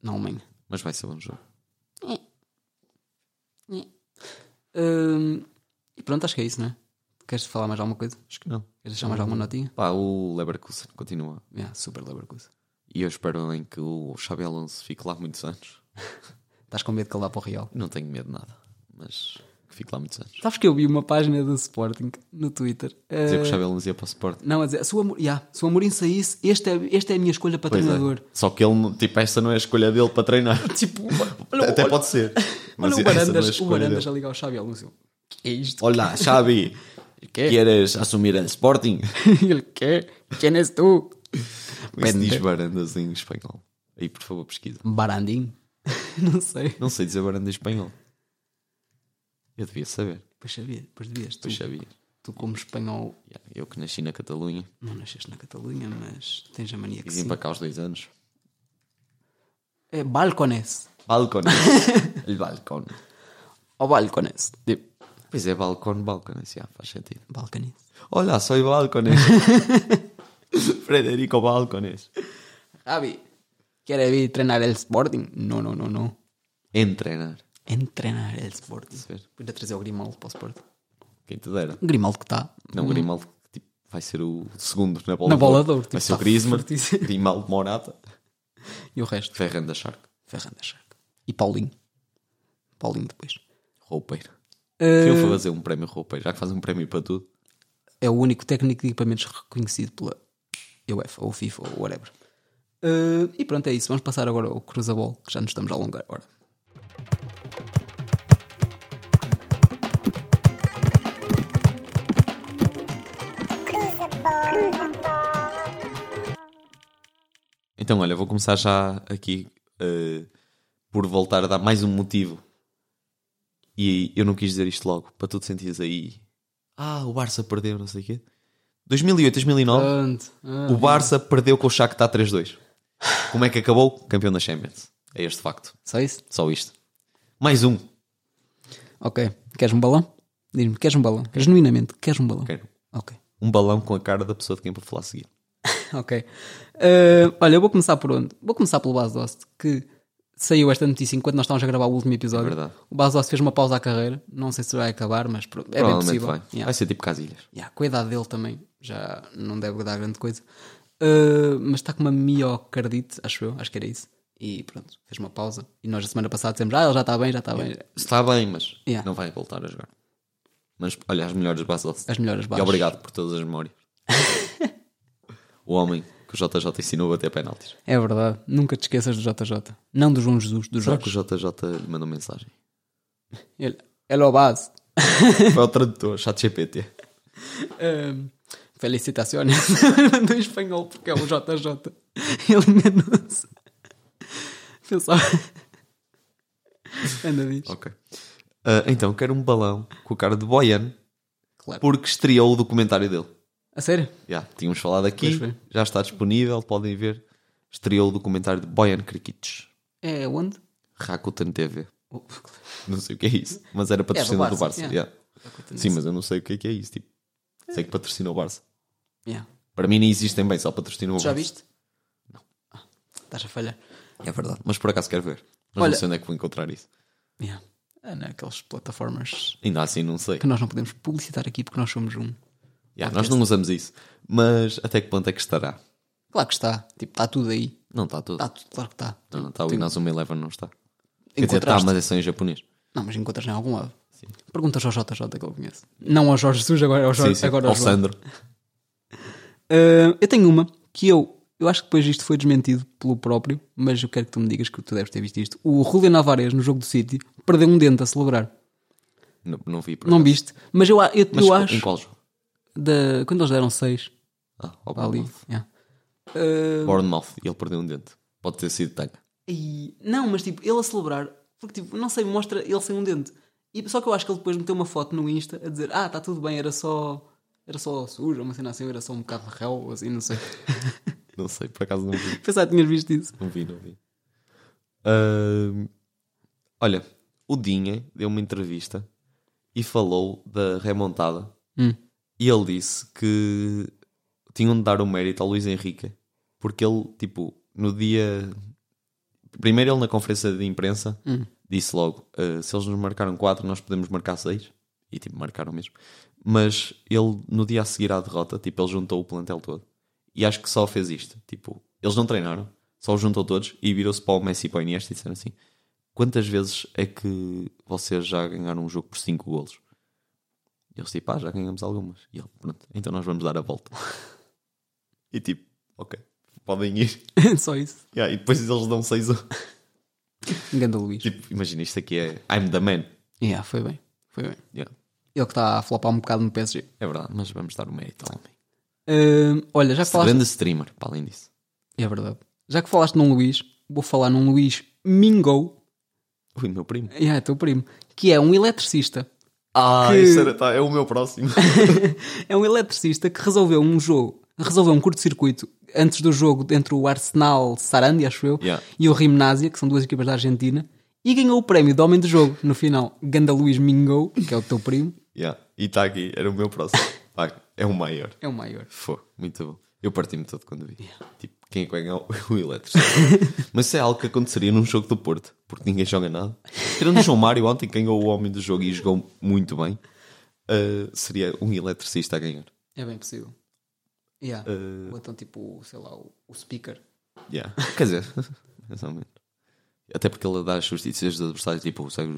Speaker 2: Na Alemanha.
Speaker 3: Mas vai ser bom jogo.
Speaker 2: Hum, e pronto, acho que é isso, não é? Queres falar mais alguma coisa?
Speaker 3: Acho que não.
Speaker 2: Queres deixar mais alguma notinha?
Speaker 3: Pá, o Leverkusen continua.
Speaker 2: Yeah, super Leverkusen.
Speaker 3: E eu espero em que o Xabi Alonso fique lá muitos anos.
Speaker 2: Estás com medo que ele vá para o Real?
Speaker 3: Não tenho medo de nada, mas que fique lá muitos anos.
Speaker 2: Sabes que eu vi uma página do Sporting no Twitter.
Speaker 3: Dizer
Speaker 2: eh,
Speaker 3: que o Xabi Alonso ia para o Sporting.
Speaker 2: Não, a dizer, se o, Amor, yeah, se o Amorim saísse, esta é, esta é a minha escolha para
Speaker 3: Pois é.
Speaker 2: treinador.
Speaker 3: Só que ele, não- tipo, esta não é a escolha dele para treinar.
Speaker 2: Tipo, olha,
Speaker 3: Até
Speaker 2: olha-
Speaker 3: pode ser.
Speaker 2: olha o
Speaker 3: essa não é a
Speaker 2: Barandas, o
Speaker 3: escolha
Speaker 2: Barandas a
Speaker 3: dele.
Speaker 2: ligar ao Xabi Alonso. Que é isto?
Speaker 3: Olá, Xabi.
Speaker 2: Quê?
Speaker 3: Queres assumir a Sporting?
Speaker 2: Ele, quer? Quem és tu?
Speaker 3: Como é se diz Barandas em espanhol? Aí, por favor, pesquisa.
Speaker 2: Barandim? Não sei.
Speaker 3: Não sei dizer Barandas em espanhol. Eu devia saber.
Speaker 2: Pois sabia, pois devias. Tu,
Speaker 3: Pois sabia.
Speaker 2: tu como espanhol,
Speaker 3: Yeah, Eu que nasci na Catalunha
Speaker 2: não nasceste na Catalunha, mas tens a mania que
Speaker 3: e vim
Speaker 2: sim.
Speaker 3: para cá aos dois anos.
Speaker 2: É balcones.
Speaker 3: Balcón. El balcón.
Speaker 2: Ou balcones. Tipo,
Speaker 3: Pois é, balcón, balcones. Yeah, faz sentido.
Speaker 2: balcones.
Speaker 3: Hola, soy Balcones. Frederico Balcones.
Speaker 2: Javi, ¿quiere ir a entrenar el Sporting? No, no, no, no.
Speaker 3: Entrenar.
Speaker 2: Entrenar el Sporting.
Speaker 3: Perceber?
Speaker 2: Ainda trazer o Grimaldo para o Sporting.
Speaker 3: Quem te dera.
Speaker 2: Grimaldo que tá. está.
Speaker 3: Não, o Grimaldo tipo, vai ser o segundo na bola
Speaker 2: Uhum. Na
Speaker 3: de
Speaker 2: bola de
Speaker 3: ouro.
Speaker 2: ouro, tipo,
Speaker 3: Vai ser o
Speaker 2: tá
Speaker 3: Griezmann,
Speaker 2: fortíssimo.
Speaker 3: Grimaldo Morata,
Speaker 2: E o resto?
Speaker 3: Ferran da Shark,
Speaker 2: Ferranda Shark. E Paulinho. Paulinho depois.
Speaker 3: roupeiro.
Speaker 2: Eh,
Speaker 3: Queriam fazer um prémio roupeiro, já que fazem um prémio para tudo.
Speaker 2: é o único técnico de equipamentos reconhecido pela UEFA ou FIFA ou whatever. Eh, e pronto, é isso. Vamos passar agora ao cruzabol, que já nos estamos a alongar. Ora.
Speaker 3: Então, olha, vou começar já aqui eh, por voltar a dar mais um motivo. E eu não quis dizer isto logo, para tu te sentires aí. Ah, o Barça perdeu, não sei o quê. 2008, 2009,
Speaker 2: Pronto. Ah,
Speaker 3: o Barça perdeu com o Shakhtar 3-2. Como é que acabou? Campeão da Champions. É este facto.
Speaker 2: Só isso?
Speaker 3: Só isto. Mais um.
Speaker 2: Ok. Queres um balão? Diz-me, queres um balão? Genuinamente, queres um balão?
Speaker 3: Quero
Speaker 2: Ok.
Speaker 3: um balão com a cara da pessoa de quem vou falar a seguir.
Speaker 2: Ok. Eh, olha, eu vou começar por onde? Vou começar pelo Basost, que saiu esta notícia enquanto nós estávamos a gravar o último episódio.
Speaker 3: É verdade.
Speaker 2: O Basost fez uma pausa à carreira, não sei se vai acabar, mas pro- é bem
Speaker 3: Provavelmente
Speaker 2: possível.
Speaker 3: vai.
Speaker 2: Yeah.
Speaker 3: Vai ser tipo Casilhas.
Speaker 2: Yeah, Com a idade dele também, já não deve dar grande coisa. Eh, mas está com uma miocardite, acho eu, acho que era isso. E pronto, fez uma pausa. E nós a semana passada dissemos, ah, ele já está bem, já está bem.
Speaker 3: Está bem, mas
Speaker 2: Yeah.
Speaker 3: não vai voltar a jogar. Mas olha, as melhores bases.
Speaker 2: As melhores
Speaker 3: E
Speaker 2: baixas.
Speaker 3: obrigado por todas as memórias. o homem que o JJ ensinou a bater penaltis.
Speaker 2: É verdade, nunca te esqueças do JJ. Não do João Jesus, do
Speaker 3: Será que o
Speaker 2: Jorge.
Speaker 3: JJ lhe mandou mensagem?
Speaker 2: Ele, é hello, Bas.
Speaker 3: Foi ao tradutor, chat GPT.
Speaker 2: Ahm, felicitaciones. Mandou em Uh, espanhol porque é o JJ. Ele enganou-se. Pensava. Anda, diz.
Speaker 3: Ok. Ah, então, quero um balão com a cara de Boyan
Speaker 2: Claro.
Speaker 3: porque estreou o documentário dele.
Speaker 2: A sério?
Speaker 3: Já, tínhamos falado aqui,
Speaker 2: Pois foi.
Speaker 3: já está disponível, podem ver. Estreou o documentário de Boyan Krikic,
Speaker 2: É onde?
Speaker 3: Rakuten TV.
Speaker 2: Oh,
Speaker 3: Não sei o que é isso, mas era patrocínio do Barça.
Speaker 2: yeah.
Speaker 3: yeah. Sim, mas eu não sei o que é, que é isso. Tipo, sei que patrocina o Barça.
Speaker 2: Yeah.
Speaker 3: Para mim nem existem bem, só patrocina o
Speaker 2: Tu
Speaker 3: Barça.
Speaker 2: Já viste? Não. estás a falhar.
Speaker 3: É verdade. Mas por acaso quero ver. Mas
Speaker 2: Olha-
Speaker 3: não sei onde é que vou encontrar isso.
Speaker 2: Yeah. É naqueles plataformas
Speaker 3: Ainda assim não sei.
Speaker 2: que nós não podemos publicitar aqui porque nós somos um.
Speaker 3: Yeah, nós não usamos isso. Mas até que ponto é que estará?
Speaker 2: Claro que está. Tipo, está tudo aí.
Speaker 3: Não está tudo.
Speaker 2: Está tudo, claro que está.
Speaker 3: Não, não está. O Inas 111 não está. Quer dizer, está,
Speaker 2: Encontraste?
Speaker 3: mas é só em japonês.
Speaker 2: Não, mas encontras em algum lado. Perguntas ao JJ que eu conheço. Não ao Jorge Jesus, agora ao Jorge.
Speaker 3: Sim, sim.
Speaker 2: Agora ao
Speaker 3: Ao
Speaker 2: João.
Speaker 3: Sandro.
Speaker 2: Ah, eu tenho uma que eu. Eu acho que depois isto foi desmentido pelo próprio, mas eu quero que tu me digas que tu deves ter visto isto. O Julian Alvarez, no jogo do City, perdeu um dente a celebrar.
Speaker 3: Não, não vi. por
Speaker 2: Não
Speaker 3: acaso.
Speaker 2: viste? Mas eu, a- eu,
Speaker 3: Mas
Speaker 2: eu
Speaker 3: co-
Speaker 2: acho.
Speaker 3: em qual jogo?
Speaker 2: da- quando eles deram 6
Speaker 3: Ah, ao
Speaker 2: à Liga.
Speaker 3: Bournemouth.
Speaker 2: yeah. Ah,
Speaker 3: Bournemouth. E ele perdeu um dente. Pode ter sido tanga.
Speaker 2: E- não, mas tipo, ele a celebrar, porque tipo, não sei, mostra ele sem um dente. E, só que eu acho que ele depois meteu uma foto no Insta a dizer: Ah, está tudo bem, era só. Era só sujo, uma cena assim, era só um bocado de réu, assim, não sei.
Speaker 3: Não sei, por acaso não vi.
Speaker 2: Pensar que tinhas visto isso.
Speaker 3: Não vi, não vi. Ahm, olha, o Dinha deu uma entrevista e falou da remontada.
Speaker 2: Hum.
Speaker 3: E ele disse que tinham de dar o mérito ao Luís Henrique, porque ele, tipo, no dia. Primeiro, ele na conferência de imprensa disse logo: "Ah, se eles nos marcaram 4, nós podemos marcar 6. E, tipo, marcaram mesmo. Mas ele, no dia a seguir à derrota, tipo, ele juntou o plantel todo. E acho que só fez isto. Tipo, eles não treinaram, só os juntou todos e virou-se para o Messi e para o Iniesta e disseram assim: quantas vezes é que vocês já ganharam um jogo por 5 golos? E eles tipo, ah, já ganhamos algumas. E ele, pronto, então nós vamos dar a volta. e tipo, ok, podem ir.
Speaker 2: só isso.
Speaker 3: Yeah, e depois eles dão 6
Speaker 2: Enganda Luís.
Speaker 3: Tipo, imagina, isto aqui é I'm the man.
Speaker 2: Yeah, foi bem. Foi bem.
Speaker 3: Yeah,
Speaker 2: Ele que está a flopar um bocado no PSG.
Speaker 3: É verdade, mas vamos dar o mérito ao homem.
Speaker 2: Hum, olha, já que falaste.
Speaker 3: Grande streamer, para além disso.
Speaker 2: É verdade. Já que falaste num Luís, vou falar num Luís Mingo,
Speaker 3: Ui, meu primo.
Speaker 2: yeah, teu primo, que é um eletricista.
Speaker 3: Ah,
Speaker 2: Que-
Speaker 3: isso era, tá, é o meu próximo.
Speaker 2: é um eletricista que resolveu um jogo, resolveu um curto-circuito antes do jogo entre o Arsenal Sarandi, acho eu,
Speaker 3: Yeah.
Speaker 2: e o Gimnasia, que são duas equipas da Argentina, e ganhou o prémio de homem do jogo no final. Ganda Luís Mingo, que é o teu primo,
Speaker 3: Yeah, E está aqui, era o meu próximo. Pá, é o maior.
Speaker 2: é o maior.
Speaker 3: Foi, muito bom. Eu parti-me todo quando vi. Tipo, quem é que vai ganhar o, o elétrico? Mas isso é algo que aconteceria num jogo do Porto, porque ninguém joga nada. Tirando o João Mário ontem, que ganhou o homem do jogo e jogou muito bem, ah, seria um eletricista a ganhar.
Speaker 2: É bem possível. Yeah.
Speaker 3: Uh.
Speaker 2: Ou então, tipo, sei lá, o, o speaker.
Speaker 3: Yeah. Quer dizer, mais ou menos. Até porque ele dá as substituições dos adversários, tipo, sabe,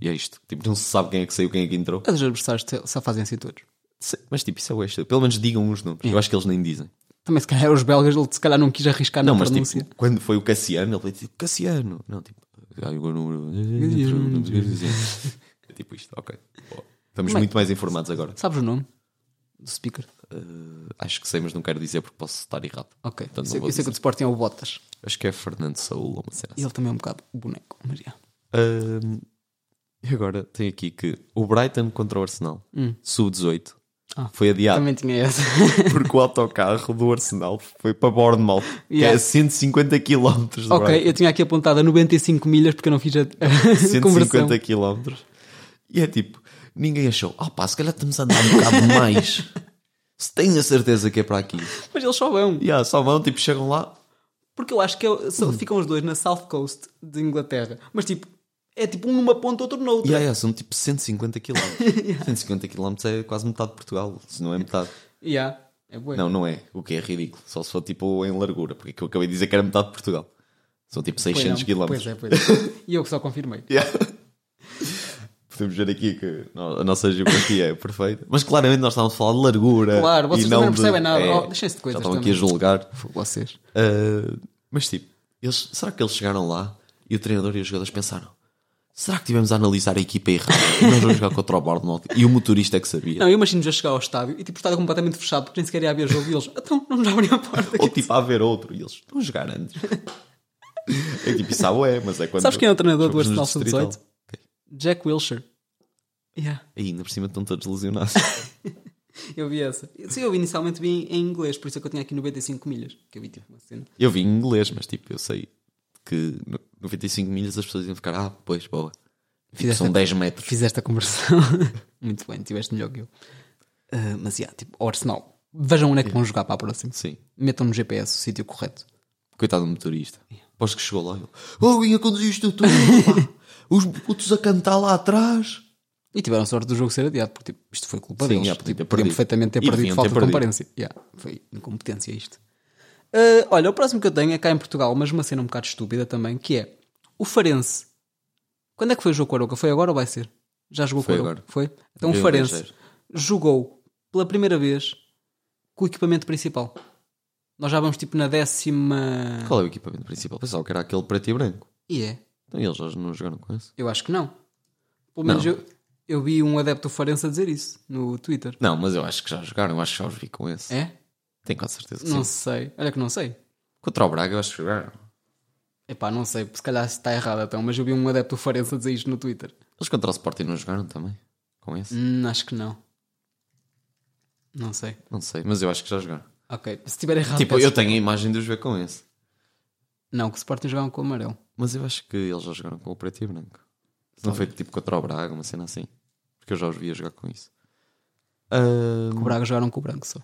Speaker 3: e é isto. Tipo, não se sabe quem é que saiu, quem é que entrou.
Speaker 2: Mas os adversários te- só fazem assim todos.
Speaker 3: Se- Mas tipo, isso é o extra. Pelo menos digam uns nomes. Eu acho que eles nem dizem.
Speaker 2: Também, se calhar, os belgas, ele se calhar não quis arriscar
Speaker 3: Não,
Speaker 2: na
Speaker 3: mas
Speaker 2: pronúncia.
Speaker 3: tipo, quando foi o Cassiano, ele foi tipo, Cassiano. Não, tipo, ah, eu número. É tipo isto, ok. Boa. Estamos muito mais informados agora.
Speaker 2: Sabes o nome do speaker?
Speaker 3: Uh, acho que sei, mas não quero dizer porque posso estar errado.
Speaker 2: Ok. eu
Speaker 3: Portanto, Então não
Speaker 2: sei,
Speaker 3: vou
Speaker 2: eu sei que o
Speaker 3: dizer.
Speaker 2: de Sporting é o Bottas.
Speaker 3: Acho que é Fernando Saúl ou uma
Speaker 2: E
Speaker 3: cena assim.
Speaker 2: ele também é um bocado boneco, mas já.
Speaker 3: Um, E agora tem aqui que o Brighton contra o Arsenal, sub-18,
Speaker 2: Hum. Ah.
Speaker 3: foi adiado
Speaker 2: Também tinha essa.
Speaker 3: porque o autocarro do Arsenal foi para Bournemouth, que é
Speaker 2: Yeah.
Speaker 3: a 150 km de
Speaker 2: ok, eu tinha aqui apontado a 95 milhas porque eu não fiz a, a conversão.
Speaker 3: 150 km. E é tipo, ninguém achou, ah pá, se calhar estamos a andar um bocado mais. Se tens a certeza que é para aqui.
Speaker 2: Mas eles só vão.
Speaker 3: E yeah, só vão, tipo, chegam lá.
Speaker 2: Porque eu acho que é-
Speaker 3: Hum.
Speaker 2: só ficam os dois na South Coast de Inglaterra. Mas tipo, é tipo um numa ponta, outro noutra.
Speaker 3: E yeah, yeah, são tipo 150 km. 150 km é quase metade de Portugal, se não é metade.
Speaker 2: Yeah, É bué.
Speaker 3: Não, não é. O que é ridículo. Só se for tipo em largura, porque é que eu acabei de dizer que era metade de Portugal. São tipo
Speaker 2: Pois
Speaker 3: 600
Speaker 2: não.
Speaker 3: km.
Speaker 2: Pois é, pois é. E eu que só confirmei.
Speaker 3: Yeah. Podemos ver aqui que no- a nossa geografia é perfeita. Mas claramente nós estávamos a falar de largura.
Speaker 2: Claro, vocês
Speaker 3: e
Speaker 2: também não
Speaker 3: de-
Speaker 2: percebem nada.
Speaker 3: é,
Speaker 2: Oh, deixem-se de coisas
Speaker 3: Já estão aqui
Speaker 2: também.
Speaker 3: a julgar.
Speaker 2: Vocês.
Speaker 3: Ah, mas tipo, eles, será que eles chegaram lá e o treinador e os jogadores pensaram? Será que tivemos a analisar a equipa errada? E nós vamos jogar contra o Bournemouth e o motorista é que sabia.
Speaker 2: Não, eu imagino já chegar ao estádio e tipo, o estádio completamente fechado porque nem sequer ia haver jogo e eles, então, não nos abrem a porta.
Speaker 3: Ou tipo, a haver outro. E eles estão a jogar antes. é tipo, isso é, mas é quando.
Speaker 2: Sabes quem é o treinador do
Speaker 3: jogamos no
Speaker 2: Arsenal
Speaker 3: Distrital.
Speaker 2: Sub-18? Jack Wilshere. Yeah.
Speaker 3: E ainda por cima estão todos lesionados.
Speaker 2: Eu vi essa. Sim, eu inicialmente vi em inglês, por isso é que eu tinha aqui 95 milhas. Que eu vi tipo uma cena.
Speaker 3: Eu vi em inglês, mas tipo, eu sei que no- 95 milhas as pessoas iam ficar, ah, pois, boa. Tipo,
Speaker 2: Fizeste
Speaker 3: são 10 metros.
Speaker 2: Fiz esta conversão. Muito bem, tiveste melhor que eu. Ah, mas yeah, tipo, ao Arsenal. Vejam onde é que vão jogar para a próxima.
Speaker 3: Sim.
Speaker 2: Metam no GPS o sítio correto.
Speaker 3: Coitado do motorista. Aposto que chegou lá e ele, oh, vinha conduzir isto tudo. pá. Os putos a cantar lá atrás.
Speaker 2: E tiveram sorte do jogo ser adiado, porque tipo, isto foi culpa
Speaker 3: Sim,
Speaker 2: deles.
Speaker 3: yeah, podia ter
Speaker 2: Tipo, podiam
Speaker 3: perdido.
Speaker 2: perfeitamente ter
Speaker 3: E
Speaker 2: perdido
Speaker 3: deviam
Speaker 2: falta de
Speaker 3: ter perdido.
Speaker 2: comparência. Yeah, foi incompetência isto. Ah, olha, o próximo que eu tenho é cá em Portugal, mas uma cena um bocado estúpida também, que é o Farense. Quando é que foi o jogo com o Aroca? Foi agora ou vai ser? Já jogou
Speaker 3: Foi
Speaker 2: com o Aroca?
Speaker 3: agora. é.
Speaker 2: Foi? Então o
Speaker 3: Eu
Speaker 2: Farense
Speaker 3: deixei.
Speaker 2: jogou pela primeira vez com o equipamento principal. Nós já vamos tipo na décima.
Speaker 3: Qual é o equipamento principal? Pensava que era aquele preto e branco.
Speaker 2: E é?
Speaker 3: Então eles já não jogaram com esse.
Speaker 2: Eu acho que não. Pelo menos
Speaker 3: Não.
Speaker 2: eu. Eu vi um adepto do Farense a dizer isso no Twitter.
Speaker 3: Não, mas eu acho que já jogaram, eu acho que já os vi com esse.
Speaker 2: É?
Speaker 3: Tenho quase certeza que
Speaker 2: Não
Speaker 3: sim.
Speaker 2: sei. Olha que não sei.
Speaker 3: Contra o Braga, eu acho que jogaram.
Speaker 2: Epá, não sei. Se calhar está errado então, mas eu vi um adepto do Farense a dizer isto no Twitter.
Speaker 3: Eles contra o Sporting não jogaram também? Com esse?
Speaker 2: Hum, acho que não. Não sei.
Speaker 3: Não sei, mas eu acho que já jogaram.
Speaker 2: Ok. Se tiver errado.
Speaker 3: tipo,
Speaker 2: Ah, peço-
Speaker 3: eu tenho a imagem de os ver com esse.
Speaker 2: Não, que o Sporting jogavam com o amarelo.
Speaker 3: Mas eu acho que eles já jogaram com o preto e branco. Se Não foi tipo contra o Braga, uma cena assim. Porque eu já os via jogar com isso. Ah, Ahm,
Speaker 2: Com o Braga jogaram com o branco só.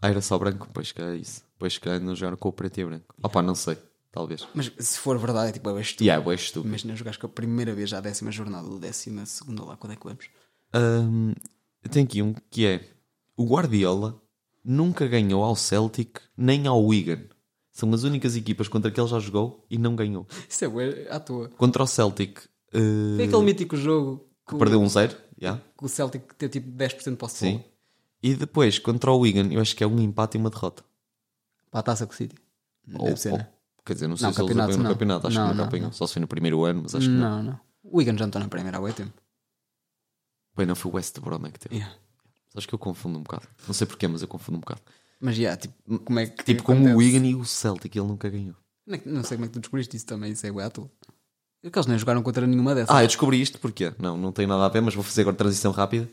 Speaker 3: Ah, era só branco? Pois que é isso. Pois que não jogaram com o preto e branco. Opa, não sei. Talvez.
Speaker 2: Mas se for verdade, é tipo, é bastante.
Speaker 3: E yeah, é estúpido.
Speaker 2: Imagina jogares com a primeira vez já a décima jornada, ou décima segunda lá, quando é que vamos?
Speaker 3: Ahm, eu tenho aqui um que é o Guardiola nunca ganhou ao Celtic nem ao Wigan. São as únicas equipas contra que ele já jogou e não ganhou.
Speaker 2: Isso é bué, à toa.
Speaker 3: Contra o Celtic eh,
Speaker 2: Tem aquele mítico jogo que, o-
Speaker 3: perdeu um zero, já,
Speaker 2: que o Celtic teve tipo 10% para o
Speaker 3: sim.
Speaker 2: Sim.
Speaker 3: E depois contra o Wigan, eu acho que é um empate e uma derrota.
Speaker 2: Para a taça com o City. Não deve ser,
Speaker 3: ou-
Speaker 2: né?
Speaker 3: quer dizer, não sei
Speaker 2: Não,
Speaker 3: se eles
Speaker 2: campeonato,
Speaker 3: apanham no
Speaker 2: não.
Speaker 3: campeonato, acho
Speaker 2: Não,
Speaker 3: que nunca
Speaker 2: não,
Speaker 3: apanham.
Speaker 2: não.
Speaker 3: Só se foi no primeiro ano, mas acho que não.
Speaker 2: Não, não. O Wigan já não está na primeira há bué tempo.
Speaker 3: Bem, não foi o West Brom é que teve.
Speaker 2: Yeah.
Speaker 3: Acho que eu confundo um bocado. Não sei porquê, mas eu confundo um bocado.
Speaker 2: Mas já, tipo, como é que.
Speaker 3: Tipo, como o
Speaker 2: acontece?
Speaker 3: Wigan e o Celtic, ele nunca ganhou.
Speaker 2: Não é que- Não sei como é que tu descobriste isso também, isso é bué à toa. É que eles nem jogaram contra nenhuma dessas.
Speaker 3: Ah, eu descobri isto porque não, não tem nada a ver, mas vou fazer agora transição rápida.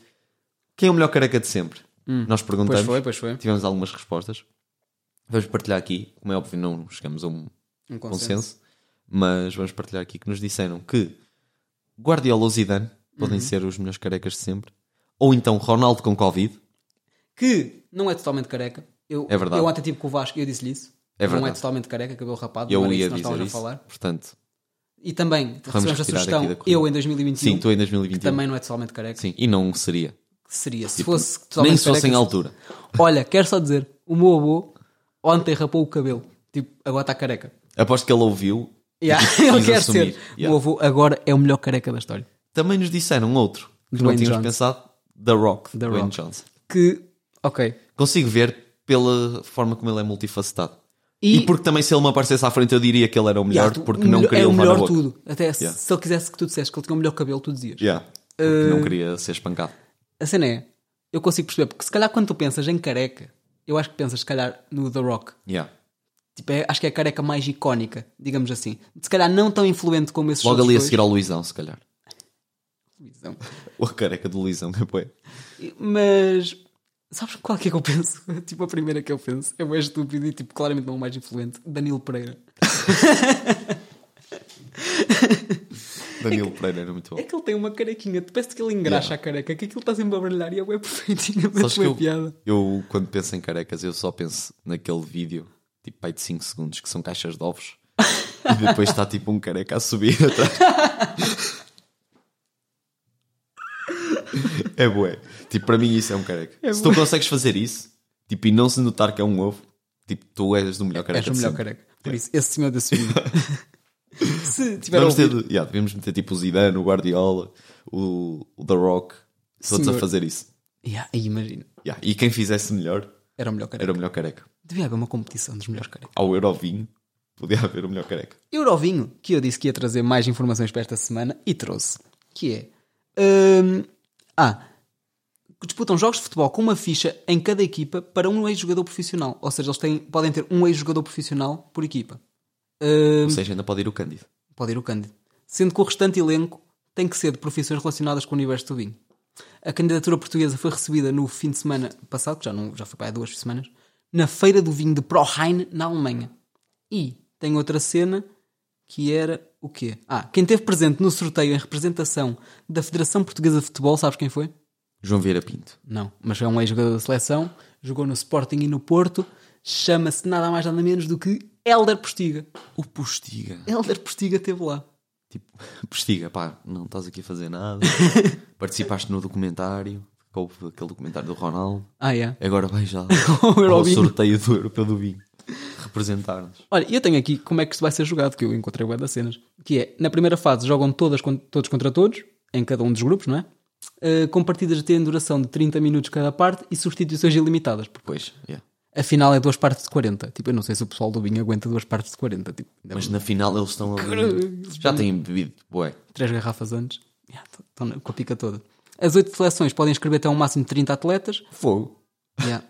Speaker 3: Quem é o melhor careca de sempre? Nós
Speaker 2: Hum, pois
Speaker 3: perguntamos,
Speaker 2: foi, pois foi.
Speaker 3: tivemos algumas respostas. Vamos partilhar aqui, como é óbvio, não chegamos a um
Speaker 2: Um consenso.
Speaker 3: consenso, mas vamos partilhar aqui que nos disseram que Guardiola ou Zidane
Speaker 2: Uhum.
Speaker 3: podem ser os melhores carecas de sempre, ou então Ronaldo com Covid.
Speaker 2: Que não é totalmente careca. Eu,
Speaker 3: É verdade.
Speaker 2: Eu ontem tive com o Vasco e eu disse-lhe isso.
Speaker 3: É
Speaker 2: Não é
Speaker 3: verdade.
Speaker 2: totalmente careca, cabelo rapado.
Speaker 3: Eu
Speaker 2: não era
Speaker 3: ia
Speaker 2: isso que nós
Speaker 3: dizer
Speaker 2: estávamos
Speaker 3: isso.
Speaker 2: a falar.
Speaker 3: Portanto,
Speaker 2: E também recebemos a
Speaker 3: retirar
Speaker 2: sugestão,
Speaker 3: aqui da corrida.
Speaker 2: eu em 2021,
Speaker 3: sim, tu
Speaker 2: que
Speaker 3: em 2021.
Speaker 2: também não é totalmente careca,
Speaker 3: Sim, e não seria.
Speaker 2: que seria, se
Speaker 3: Tipo,
Speaker 2: fosse totalmente
Speaker 3: nem se fosse em
Speaker 2: careca, tipo,
Speaker 3: altura.
Speaker 2: Olha, quero só dizer, o meu avô ontem rapou o cabelo, tipo, agora está careca.
Speaker 3: Aposto que ele ouviu. e
Speaker 2: Yeah,
Speaker 3: quis
Speaker 2: ele quer
Speaker 3: assumir.
Speaker 2: ser. O
Speaker 3: Yeah.
Speaker 2: meu avô agora é o melhor careca da história.
Speaker 3: Também nos disseram outro que não
Speaker 2: Dwayne
Speaker 3: tínhamos
Speaker 2: Johnson.
Speaker 3: pensado: The Rock,
Speaker 2: The
Speaker 3: Dwayne
Speaker 2: Rock.
Speaker 3: Johnson.
Speaker 2: Que, ok,
Speaker 3: Consigo ver pela forma como ele é multifacetado. E,
Speaker 2: E-
Speaker 3: porque também se ele me aparecesse à frente eu diria que ele era o melhor,
Speaker 2: Yeah, tu-
Speaker 3: porque não
Speaker 2: melhor-
Speaker 3: queria
Speaker 2: é o
Speaker 3: levar
Speaker 2: melhor
Speaker 3: a boca.
Speaker 2: tudo. Até se-
Speaker 3: Yeah.
Speaker 2: se ele quisesse que tu dissesse que ele tinha o melhor cabelo, tu dizias.
Speaker 3: Yeah. Porque
Speaker 2: Eh,
Speaker 3: não queria ser espancado.
Speaker 2: A cena é, eu consigo perceber, porque se calhar quando tu pensas em careca, eu acho que pensas se calhar no The Rock.
Speaker 3: Yeah.
Speaker 2: Tipo, é- acho que é a careca mais icónica, digamos assim. Se calhar não tão influente como esses
Speaker 3: Logo
Speaker 2: outros
Speaker 3: ali a
Speaker 2: dois.
Speaker 3: seguir ao Luizão, se calhar.
Speaker 2: Visão.
Speaker 3: Ou a careca do Luizão, é depois.
Speaker 2: E- Mas sabes qual que é que eu penso? Tipo, a primeira que eu penso é mais estúpido e tipo, claramente não o mais influente. Danilo Pereira.
Speaker 3: Danilo Pereira era muito bom.
Speaker 2: É que ele tem uma carequinha, tu parece que ele engraxa a careca, que aquilo está sempre a brilhar e é bué perfeitinho,
Speaker 3: Sabes
Speaker 2: mas
Speaker 3: que
Speaker 2: bué
Speaker 3: eu,
Speaker 2: piada.
Speaker 3: eu, quando penso em carecas, eu só penso naquele vídeo, tipo pai de 5 segundos, que são caixas de ovos. e depois está tipo um careca a subir atrás. é bué. Tipo, para mim isso é um careca. se tu consegues fazer isso, tipo, e não se notar que é um ovo, tipo, tu és o melhor
Speaker 2: É, És
Speaker 3: careca
Speaker 2: o
Speaker 3: de
Speaker 2: melhor
Speaker 3: sempre.
Speaker 2: careca. Por isso, esse senhor da sua Se tiver a
Speaker 3: É. Vamos ter,
Speaker 2: ouvir,
Speaker 3: yeah, devíamos meter tipo o Zidane, o Guardiola, o, o The Rock, todos a
Speaker 2: Senhor.
Speaker 3: fazer isso.
Speaker 2: Yeah, aí imagina,
Speaker 3: Yeah, E quem fizesse melhor
Speaker 2: era o melhor careca.
Speaker 3: era o melhor careca.
Speaker 2: Devia haver uma competição dos melhores carecas.
Speaker 3: ao Eurovinho podia haver o melhor careca.
Speaker 2: Eurovinho, que eu disse que ia trazer mais informações para esta semana e trouxe. Que é. hum, ah. Que disputam jogos de futebol com uma ficha em cada equipa para um ex-jogador profissional. Ou seja, eles têm, podem ter um ex-jogador profissional por equipa. Hum,
Speaker 3: Ou seja, ainda pode ir o Cândido.
Speaker 2: pode ir o Cândido. Sendo que o restante elenco tem que ser de profissões relacionadas com o universo do vinho. A candidatura portuguesa foi recebida no fim de semana passado, que já, não, já foi para há duas semanas, na Feira do Vinho de Proheim, na Alemanha. E tem outra cena que era o quê? Ah, quem esteve presente no sorteio em representação da Federação Portuguesa de Futebol, sabes quem foi?
Speaker 3: João Vieira Pinto.
Speaker 2: Não, mas é um ex-jogador da seleção, jogou no Sporting e no Porto, chama-se nada mais nada menos do que Hélder Postiga.
Speaker 3: O Postiga.
Speaker 2: Hélder Postiga esteve lá.
Speaker 3: Tipo, Postiga, pá, não estás aqui a fazer nada. Participaste no documentário, que houve aquele documentário do Ronaldo.
Speaker 2: Ah, é?
Speaker 3: Agora vais já
Speaker 2: Ao
Speaker 3: ao
Speaker 2: Eurovinho.
Speaker 3: sorteio do Europeu do Vinho. Representar-nos.
Speaker 2: Olha, eu tenho aqui como é que isto vai ser jogado, que eu encontrei o das cenas. Que é, na primeira fase jogam todas, con- todos contra todos, em cada um dos grupos, não é? Eh, com partidas a terem duração de 30 minutos cada parte e substituições ilimitadas. Porque
Speaker 3: Pois, yeah.
Speaker 2: a final é duas partes de 40. Tipo, eu não sei se o pessoal do vinho aguenta duas partes de 40. Tipo, ainda
Speaker 3: Mas na final eles estão ali. Já têm bebido, bué.
Speaker 2: três garrafas antes. Yeah, Estão na- com a pica toda. As oito seleções podem escrever até um máximo de 30 atletas.
Speaker 3: Fogo.
Speaker 2: Yeah.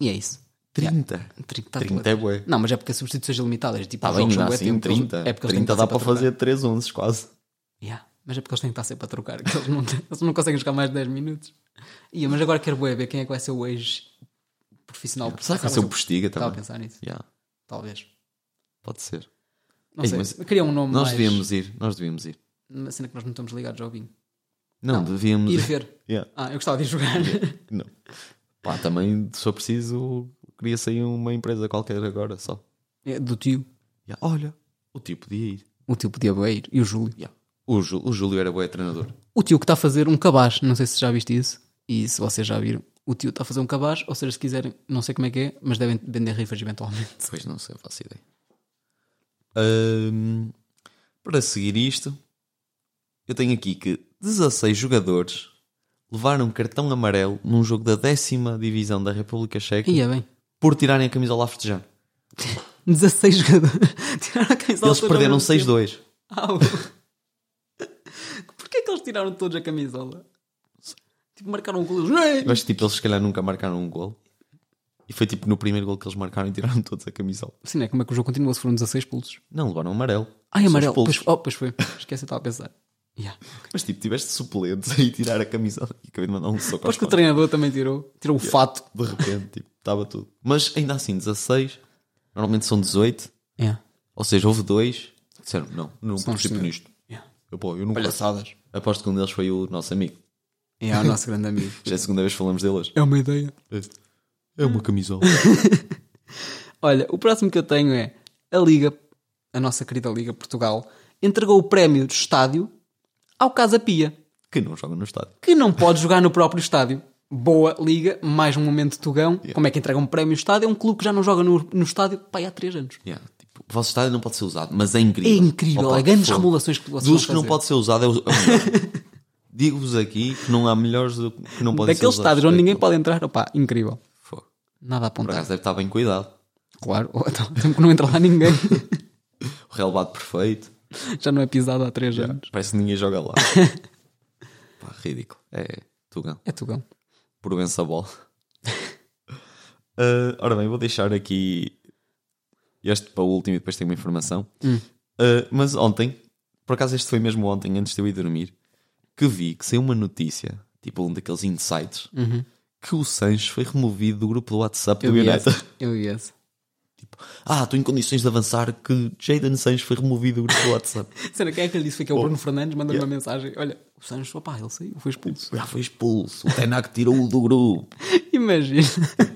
Speaker 2: E é isso.
Speaker 3: 30.
Speaker 2: 30,
Speaker 3: 30 é
Speaker 2: atletas.
Speaker 3: bué.
Speaker 2: Não, mas é porque as substituições são limitadas. Tipo,
Speaker 3: Está
Speaker 2: os
Speaker 3: bem,
Speaker 2: jogos
Speaker 3: ainda
Speaker 2: são bué
Speaker 3: assim,
Speaker 2: tempo que eles-
Speaker 3: 30.
Speaker 2: é porque eles têm que
Speaker 3: 30
Speaker 2: estar
Speaker 3: dá
Speaker 2: sempre
Speaker 3: para
Speaker 2: a trocar.
Speaker 3: fazer 3 onzes quase.
Speaker 2: Yeah. Mas é porque eles têm que estar sempre a trocar, que eles não, têm- eles não conseguem jogar mais de 10 minutos. Yeah, mas agora quero bué ver quem é que vai ser o ex-profissional.
Speaker 3: Será que vai ser o Postiga
Speaker 2: Estava a
Speaker 3: também?
Speaker 2: pensar nisso,
Speaker 3: Yeah,
Speaker 2: talvez.
Speaker 3: pode ser.
Speaker 2: Não
Speaker 3: Ei,
Speaker 2: sei,
Speaker 3: mas
Speaker 2: eu queria um nome
Speaker 3: Nós
Speaker 2: mais...
Speaker 3: devíamos ir, nós devíamos ir.
Speaker 2: Uma cena que nós não estamos ligados ao vinho.
Speaker 3: Não, devíamos
Speaker 2: Ir ver.
Speaker 3: Yeah,
Speaker 2: Ah, eu gostava de ir jogar.
Speaker 3: Não. Pá, também, se for preciso, queria sair uma empresa qualquer agora só.
Speaker 2: É, Do tio.
Speaker 3: Yeah, Olha, o tipo podia ir.
Speaker 2: O tio podia bué ir. E o Júlio.
Speaker 3: Yeah. O, Jú- o Júlio era boa treinador.
Speaker 2: O tio que está a fazer um cabaz, não sei se já viste isso, e se vocês já viram, o tio está a fazer um cabaz, ou seja, se quiserem, não sei como é que é, mas devem vender rifas eventualmente.
Speaker 3: Pois não sei, faço ideia. para seguir isto, eu tenho aqui que 16 jogadores levaram um cartão amarelo num jogo da décima divisão da República Checa
Speaker 2: Ia é bem.
Speaker 3: por tirarem a camisola a festejar.
Speaker 2: 16 jogadores. Tiraram a camisola
Speaker 3: Eles
Speaker 2: toda
Speaker 3: perderam
Speaker 2: ao mesmo
Speaker 3: 6-2.
Speaker 2: tempo. Au. Porquê que eles tiraram todos a camisola? Tipo, marcaram um gol.
Speaker 3: Eu acho que tipo, eles se calhar nunca marcaram um gol. E foi tipo no primeiro gol que eles marcaram e tiraram todos a camisola.
Speaker 2: Sim, né? Como é que o jogo continua se foram 16 pulsos?
Speaker 3: Não, levaram um amarelo.
Speaker 2: Ai,
Speaker 3: São
Speaker 2: amarelo.
Speaker 3: expulsos.
Speaker 2: Pois, oh, pois foi. Esqueci, estava a pensar. Yeah.
Speaker 3: Mas tipo, tiveste suplentes aí tirar a camisola e acabei de mandar um soco
Speaker 2: Depois
Speaker 3: aos
Speaker 2: que o treinador também tirou. Tirou o fato.
Speaker 3: De repente, tipo, estava tudo. Mas ainda assim, 16, normalmente são 18,
Speaker 2: Yeah.
Speaker 3: ou seja, houve dois que disseram: não, não
Speaker 2: São os
Speaker 3: participo
Speaker 2: senhores.
Speaker 3: nisto.
Speaker 2: Yeah.
Speaker 3: Eu, pô, eu nunca.
Speaker 2: Palhaçadas.
Speaker 3: Aposto que um deles foi o nosso amigo.
Speaker 2: É o nosso grande amigo.
Speaker 3: Já é a segunda vez que falamos delas.
Speaker 2: É uma ideia.
Speaker 3: É uma camisola.
Speaker 2: Olha, o próximo que eu tenho é a Liga, a nossa querida Liga Portugal, entregou o prémio do estádio ao Casa Pia,
Speaker 3: que não joga no estádio.
Speaker 2: que não pode jogar no próprio estádio. Boa Liga, mais um momento de Tugão. Como é que entrega um prémio ao estádio? É um clube que já não joga no, no estádio pá, há 3 anos.
Speaker 3: Yeah, tipo, o vosso estádio não pode ser usado, mas é incrível.
Speaker 2: É incrível,
Speaker 3: Opa,
Speaker 2: há grandes
Speaker 3: fogo.
Speaker 2: remulações que vocês
Speaker 3: Dos
Speaker 2: vão
Speaker 3: que não
Speaker 2: fazer.
Speaker 3: pode ser usado é o. é o melhor. Digo-vos aqui que não há melhores do que que não podem ser
Speaker 2: Daqueles
Speaker 3: usados.
Speaker 2: estádios onde ninguém pode entrar, opá, incrível.
Speaker 3: Fogo.
Speaker 2: Nada a
Speaker 3: Por
Speaker 2: apontar.
Speaker 3: acaso é. deve estar bem cuidado.
Speaker 2: Claro, ou então, tempo que não entra lá ninguém.
Speaker 3: O relevado perfeito.
Speaker 2: já não é pisado há 3 anos.
Speaker 3: Parece que ninguém joga lá. Pá, ridículo. É Tugão.
Speaker 2: É Tugão.
Speaker 3: Provença Ball. Ah, ora bem, vou deixar aqui este para o último e depois tenho uma informação.
Speaker 2: Hum.
Speaker 3: Ah, mas ontem, por acaso este foi mesmo ontem, antes de eu ir dormir, que vi que saiu uma notícia, tipo um daqueles insights, que o Sancho foi removido do grupo do WhatsApp
Speaker 2: Uhum. Eu
Speaker 3: do
Speaker 2: vi
Speaker 3: United.
Speaker 2: esse. Eu vi esse.
Speaker 3: Ah, estou em condições de avançar que Jadon Sancho foi removido do grupo do WhatsApp.
Speaker 2: Será que é que ele disse? Foi que é o Bruno Fernandes, mandou-lhe uma mensagem. Olha, o Sancho, opá, ele saiu, foi expulso.
Speaker 3: Já foi expulso, o Tenac tirou-o do grupo.
Speaker 2: Imagina.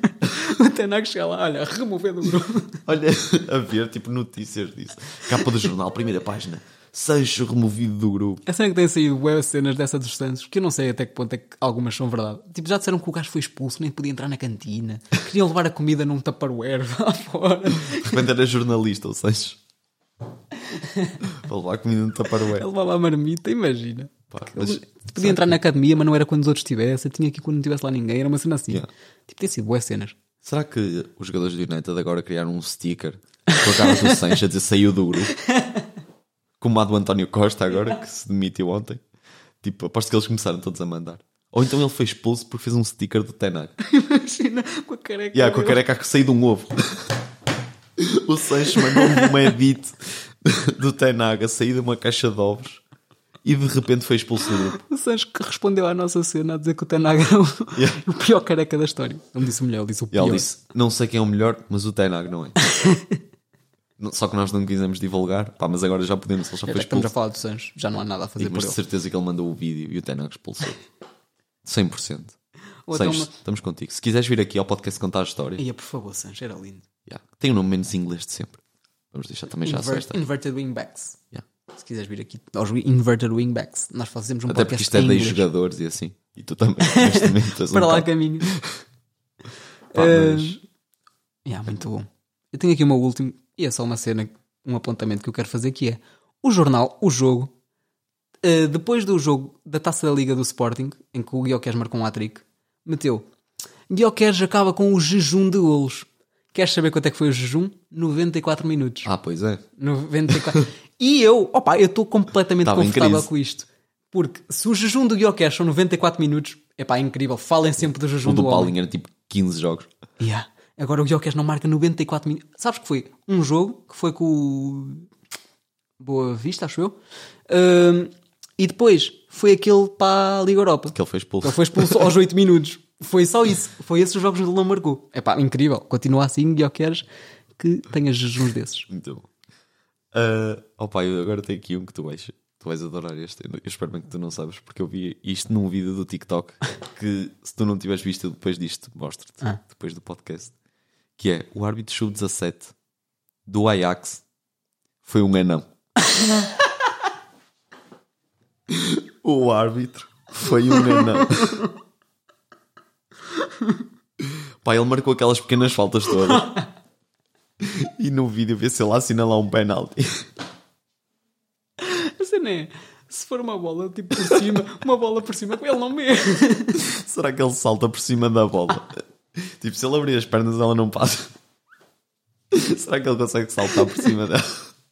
Speaker 2: o Tenag chega lá, olha, remover do grupo.
Speaker 3: Olha, a ver, tipo, notícias disso. Capa do jornal, primeira página. Sancho removido do grupo.
Speaker 2: A cena é que tem saído web cenas dessa dos Santos, que eu não sei até que ponto é que algumas são verdade. Tipo, já disseram que o gajo foi expulso, nem podia entrar na cantina. Queriam levar a comida num tupperware lá fora.
Speaker 3: De repente era jornalista, o Sancho. Para levar comida no
Speaker 2: Ele
Speaker 3: taparoé.
Speaker 2: levava a marmita, imagina.
Speaker 3: é, Pá,
Speaker 2: Ele
Speaker 3: mas-
Speaker 2: podia entrar na academia, mas não era quando os outros estivessem. Tinha aqui quando não tivesse lá ninguém. Era uma cena assim.
Speaker 3: Yeah.
Speaker 2: Tipo, tem sido boas cenas.
Speaker 3: Será que os jogadores do United agora criaram um sticker com a cara do Sancho a dizer saiu do grupo? Como a do António Costa agora, que se demitiu ontem. Tipo, aposto que eles começaram todos a mandar. Ou então ele foi expulso porque fez um sticker do Tenac.
Speaker 2: Imagina, com a careca.
Speaker 3: Yeah, com a
Speaker 2: dele.
Speaker 3: careca que saiu de um ovo. o Sancho mandou-me uma edit do Tenaga sair de uma caixa de ovos e de repente foi expulso do grupo.
Speaker 2: O Sancho que respondeu à nossa cena a dizer que o Tanaga era o,
Speaker 3: Yeah.
Speaker 2: o pior careca da história. Ele não disse o melhor, ele disse o
Speaker 3: E
Speaker 2: pior.
Speaker 3: ele disse: Não sei quem é o melhor, mas o Tenaga não é. Não- Só que nós não quisemos divulgar, pá, mas agora já podemos, ele já
Speaker 2: Já
Speaker 3: foi
Speaker 2: é estamos a
Speaker 3: expulso.
Speaker 2: falar do Sancho, já não há nada a fazer por
Speaker 3: Mas de
Speaker 2: ele.
Speaker 3: certeza que ele mandou o vídeo e o Tenaga expulsou. 100%.
Speaker 2: Ou então
Speaker 3: Sancho,
Speaker 2: uma-
Speaker 3: estamos contigo. Se quiseres vir aqui ao podcast contar a história,
Speaker 2: Ia, por favor, Sancho, era lindo.
Speaker 3: yeah, tem o nome menos inglês de sempre. Vamos deixar também já só
Speaker 2: Inver-
Speaker 3: esta.
Speaker 2: Inverted Wingbacks.
Speaker 3: Yeah.
Speaker 2: Se quiseres vir aqui aos wi- Inverted Wingbacks, nós fazemos um
Speaker 3: Até porque
Speaker 2: podcast
Speaker 3: isto é
Speaker 2: em
Speaker 3: 10
Speaker 2: inglês.
Speaker 3: jogadores e assim. E tu também, neste momento, és um
Speaker 2: Para lá é
Speaker 3: bocado-
Speaker 2: caminho.
Speaker 3: Pá, mas-
Speaker 2: Yeah, muito bom. Eu tenho aqui uma última, e é só uma cena, um apontamento que eu quero fazer, que é o jornal, o jogo, eh, depois do jogo da Taça da Liga do Sporting, em que o Guioquez marcou um hat-trick, meteu Guioquez acaba com o jejum de golos. Queres saber quanto é que foi o jejum? 94 minutos.
Speaker 3: Ah, pois é.
Speaker 2: 94. e eu, opa, eu estou completamente
Speaker 3: Estava em
Speaker 2: confortável
Speaker 3: crise.
Speaker 2: com isto. Porque se o jejum do Gyokers são 94 minutos, é pá, é incrível. Falem sempre do jejum
Speaker 3: O do
Speaker 2: do homem.
Speaker 3: Paulinho era tipo 15 jogos.
Speaker 2: Yeah. Agora o Gyokers não marca 94 minutos. Sabes que foi um jogo que foi com o Boa Vista, acho eu. Ahm, e depois foi aquele para a Liga Europa.
Speaker 3: Que ele foi expulso.
Speaker 2: Ele foi expulso aos 8 minutos. Foi só isso. Foi esses os jogos onde ele não marcou. É pá, incrível. Continua assim, Gyokers, que tenha jejuns desses.
Speaker 3: Muito bom. Ah, oh pá, eu agora tenho aqui um que tu vais, tu vais adorar este. Eu espero bem que tu não sabes, porque eu vi isto num vídeo do TikTok que se tu não tiveres visto eu depois disto, mostro-te, depois do podcast. Que é o árbitro sub-17 do Ajax foi um enão. o árbitro foi um enão. Pá, ele marcou aquelas pequenas faltas todas. E no vídeo vê-se ele a assinalar um penalti.
Speaker 2: A cena é, se for uma bola tipo por cima, uma bola por cima, ele não vê.
Speaker 3: Será que ele salta por cima da bola? tipo, se ele abrir as pernas, ela não passa. Será que ele consegue saltar por cima dela?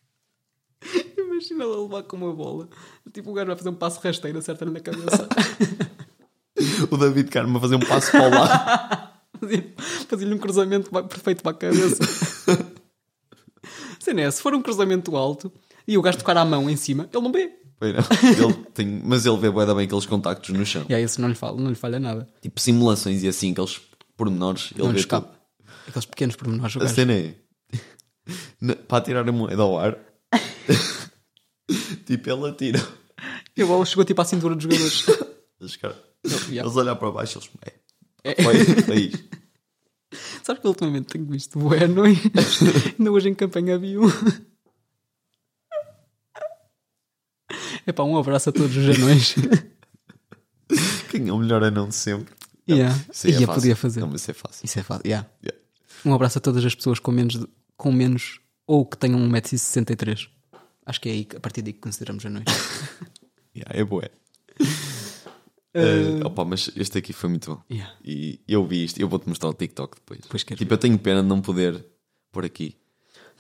Speaker 2: Imagina ele levar com uma bola. Tipo, o gajo vai fazer um passo rasteiro, acerta-lhe na cabeça.
Speaker 3: O David Carmo a fazer um passo para o lado.
Speaker 2: Fazia- Fazia-lhe um cruzamento ba- perfeito para a cabeça. Cena é, se for um cruzamento alto e o gajo tocar a mão em cima, ele não vê.
Speaker 3: Bem, não. Ele tem- mas ele vê bué da bem aqueles contactos no chão.
Speaker 2: E aí, isso não lhe, fala, não lhe falha nada.
Speaker 3: Tipo, simulações e assim, aqueles pormenores. Ele
Speaker 2: não lhe
Speaker 3: vê tudo.
Speaker 2: escapa. Aqueles pequenos pormenores. o
Speaker 3: A
Speaker 2: gajo-
Speaker 3: cena é. na- Para tirar a moeda ao ar. tipo, ele atira.
Speaker 2: E a bola chegou tipo à cintura dos jogadores.
Speaker 3: Eles, cara,
Speaker 2: yeah.
Speaker 3: eles olham para baixo eles.
Speaker 2: É.
Speaker 3: É. Foi, foi isto.
Speaker 2: Sabes que ultimamente tenho visto bué à noite. Ainda hoje em campanha havia um. Epá, um abraço a todos os anões.
Speaker 3: Quem é o melhor anão de sempre?
Speaker 2: Yeah.
Speaker 3: Isso aí é
Speaker 2: Ia,
Speaker 3: fácil.
Speaker 2: podia fazer.
Speaker 3: Não, mas isso é fácil.
Speaker 2: Isso é fácil. Yeah.
Speaker 3: Yeah.
Speaker 2: Um abraço a todas as pessoas com menos, de- com menos ou que tenham 1,63m. Acho que é aí, que- a partir daí que consideramos a noite.
Speaker 3: Yeah, é boé. opa, mas este aqui foi muito bom.
Speaker 2: Eh, Yeah.
Speaker 3: E eu vi isto, eu vou-te mostrar o TikTok depois.
Speaker 2: Pois quero
Speaker 3: tipo, eu tenho pena de não poder pôr aqui.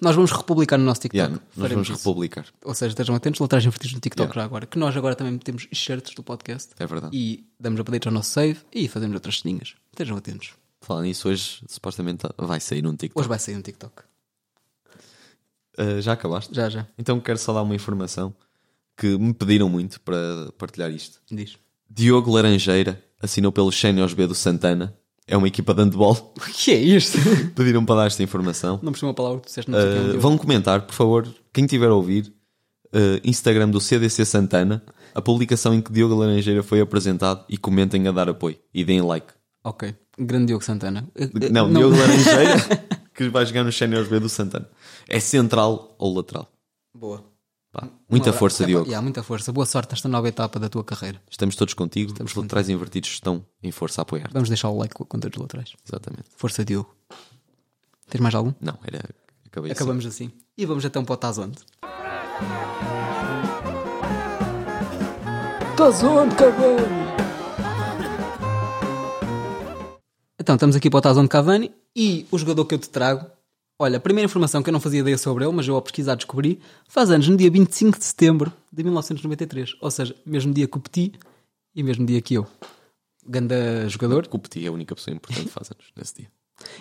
Speaker 2: nós vamos republicar no nosso TikTok.
Speaker 3: Yeah, nós
Speaker 2: Faremos
Speaker 3: vamos
Speaker 2: isso.
Speaker 3: republicar.
Speaker 2: Ou seja, estejam atentos, letragem vertigens no TikTok
Speaker 3: Yeah.
Speaker 2: já agora. Que nós agora também temos shirts do podcast.
Speaker 3: É verdade.
Speaker 2: E damos updates ao nosso save e fazemos outras ceninhas. Estejam atentos.
Speaker 3: Falando nisso, hoje supostamente vai sair um TikTok.
Speaker 2: Hoje vai sair um TikTok.
Speaker 3: Ah, já acabaste?
Speaker 2: Já, já.
Speaker 3: Então quero só dar uma informação que me pediram muito para partilhar isto.
Speaker 2: Diz.
Speaker 3: Diogo Laranjeira assinou pelo Sénios B do Santana. É uma equipa de handball.
Speaker 2: O que é isto?
Speaker 3: Pediram para dar esta informação.
Speaker 2: Não percebi uma palavra que tu disseste. Não sei é
Speaker 3: Uh,
Speaker 2: quem deu.
Speaker 3: vão comentar, por favor, quem tiver a ouvir, uh, Instagram do CDC Santana, a publicação em que Diogo Laranjeira foi apresentado e comentem a dar apoio e deem like.
Speaker 2: Ok. Grande Diogo Santana. Eh,
Speaker 3: Eh, Não, Diogo Laranjeira que vai jogar no Séniores B do Santana. É central ou lateral?
Speaker 2: Boa.
Speaker 3: Pá, muita
Speaker 2: Um abraço.
Speaker 3: força,
Speaker 2: Epá,
Speaker 3: Diogo.
Speaker 2: yeah, muita força. Boa sorte nesta nova etapa da tua carreira.
Speaker 3: Estamos todos contigo. Os laterais invertidos estão em força a apoiar.
Speaker 2: Vamos deixar o like com a conta dos laterais.
Speaker 3: Exatamente.
Speaker 2: Força, Diogo. Tens mais algum?
Speaker 3: Não, era. Acabei assim.
Speaker 2: Acabamos assim. E vamos então para o Tazonde. Tazonde, Cavani! Então, estamos aqui para o Tazonde Cavani e o jogador que eu te trago. Olha, a primeira informação que eu não fazia ideia sobre ele, mas eu ao pesquisar descobri, faz anos no dia 25 de setembro de 1993. Ou seja, mesmo dia que o Petit e mesmo dia que eu. Ganda jogador.
Speaker 3: O Petit é a única pessoa importante que faz anos nesse dia.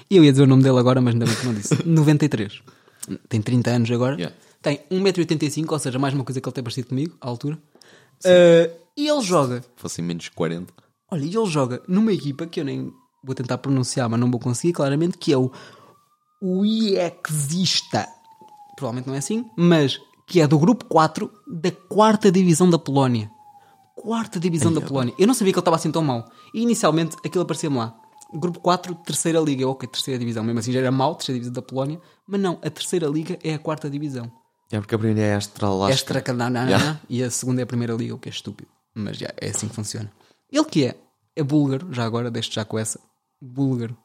Speaker 2: E Eu ia dizer o nome dele agora, mas ainda bem que não disse. 93. Tem 30 anos agora.
Speaker 3: Yeah.
Speaker 2: Tem 1,85m, ou seja, mais uma coisa que ele tem parecido comigo, à altura. Eh, e ele joga.
Speaker 3: Fossem menos 40.
Speaker 2: Olha, e ele joga numa equipa que eu nem vou tentar pronunciar, mas não vou conseguir claramente, que é o Uiexista. Provavelmente não é assim, mas que é do grupo 4 da quarta divisão da Polónia. Quarta divisão da Polónia. Eu não sabia que ele estava assim tão mau. E inicialmente aquilo aparecia-me lá. Grupo 4, terceira liga. Eu, ok, terceira divisão. Mesmo assim já era mau, terceira divisão da Polónia. Mas não, a terceira liga é a quarta divisão.
Speaker 3: É porque a primeira é a Astralástica.
Speaker 2: Extra canana
Speaker 3: Yeah.
Speaker 2: e a segunda é a primeira liga, o que é estúpido. Mas já é assim que funciona. Ele que é? É búlgaro, já agora, deixo já com essa. Búlgaro.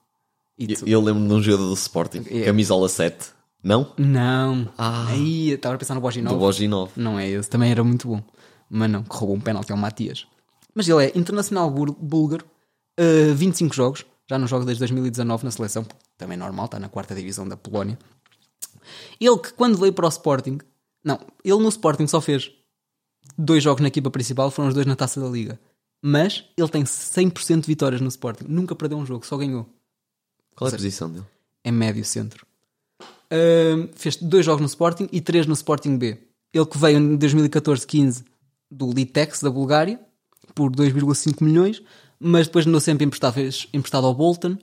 Speaker 2: E
Speaker 3: Eu,
Speaker 2: tu?
Speaker 3: eu lembro-me de um jogador do Sporting, camisola 7, não?
Speaker 2: Não. Aí, eu estava a pensar no
Speaker 3: Do
Speaker 2: Bojinov.
Speaker 3: Boginov.
Speaker 2: Não é esse, também era muito bom. Mas não, que roubou um penalti ao Matias. Mas ele é internacional búr- búlgaro, eh, 25 jogos, já não joga desde 2019 na seleção, também normal, está na quarta divisão da Polónia. Ele que quando veio para o Sporting, não, ele no Sporting só fez dois jogos na equipa principal, foram os dois na taça da liga. Mas ele tem 100% de vitórias no Sporting. Nunca perdeu um jogo, só ganhou.
Speaker 3: Qual é a posição dele?
Speaker 2: É médio centro. Ahm, fez dois jogos no Sporting e três no Sporting B. Ele que veio em 2014-15 do Litex da Bulgária por 2,5 milhões, mas depois andou sempre emprestado, fez emprestado ao Bolton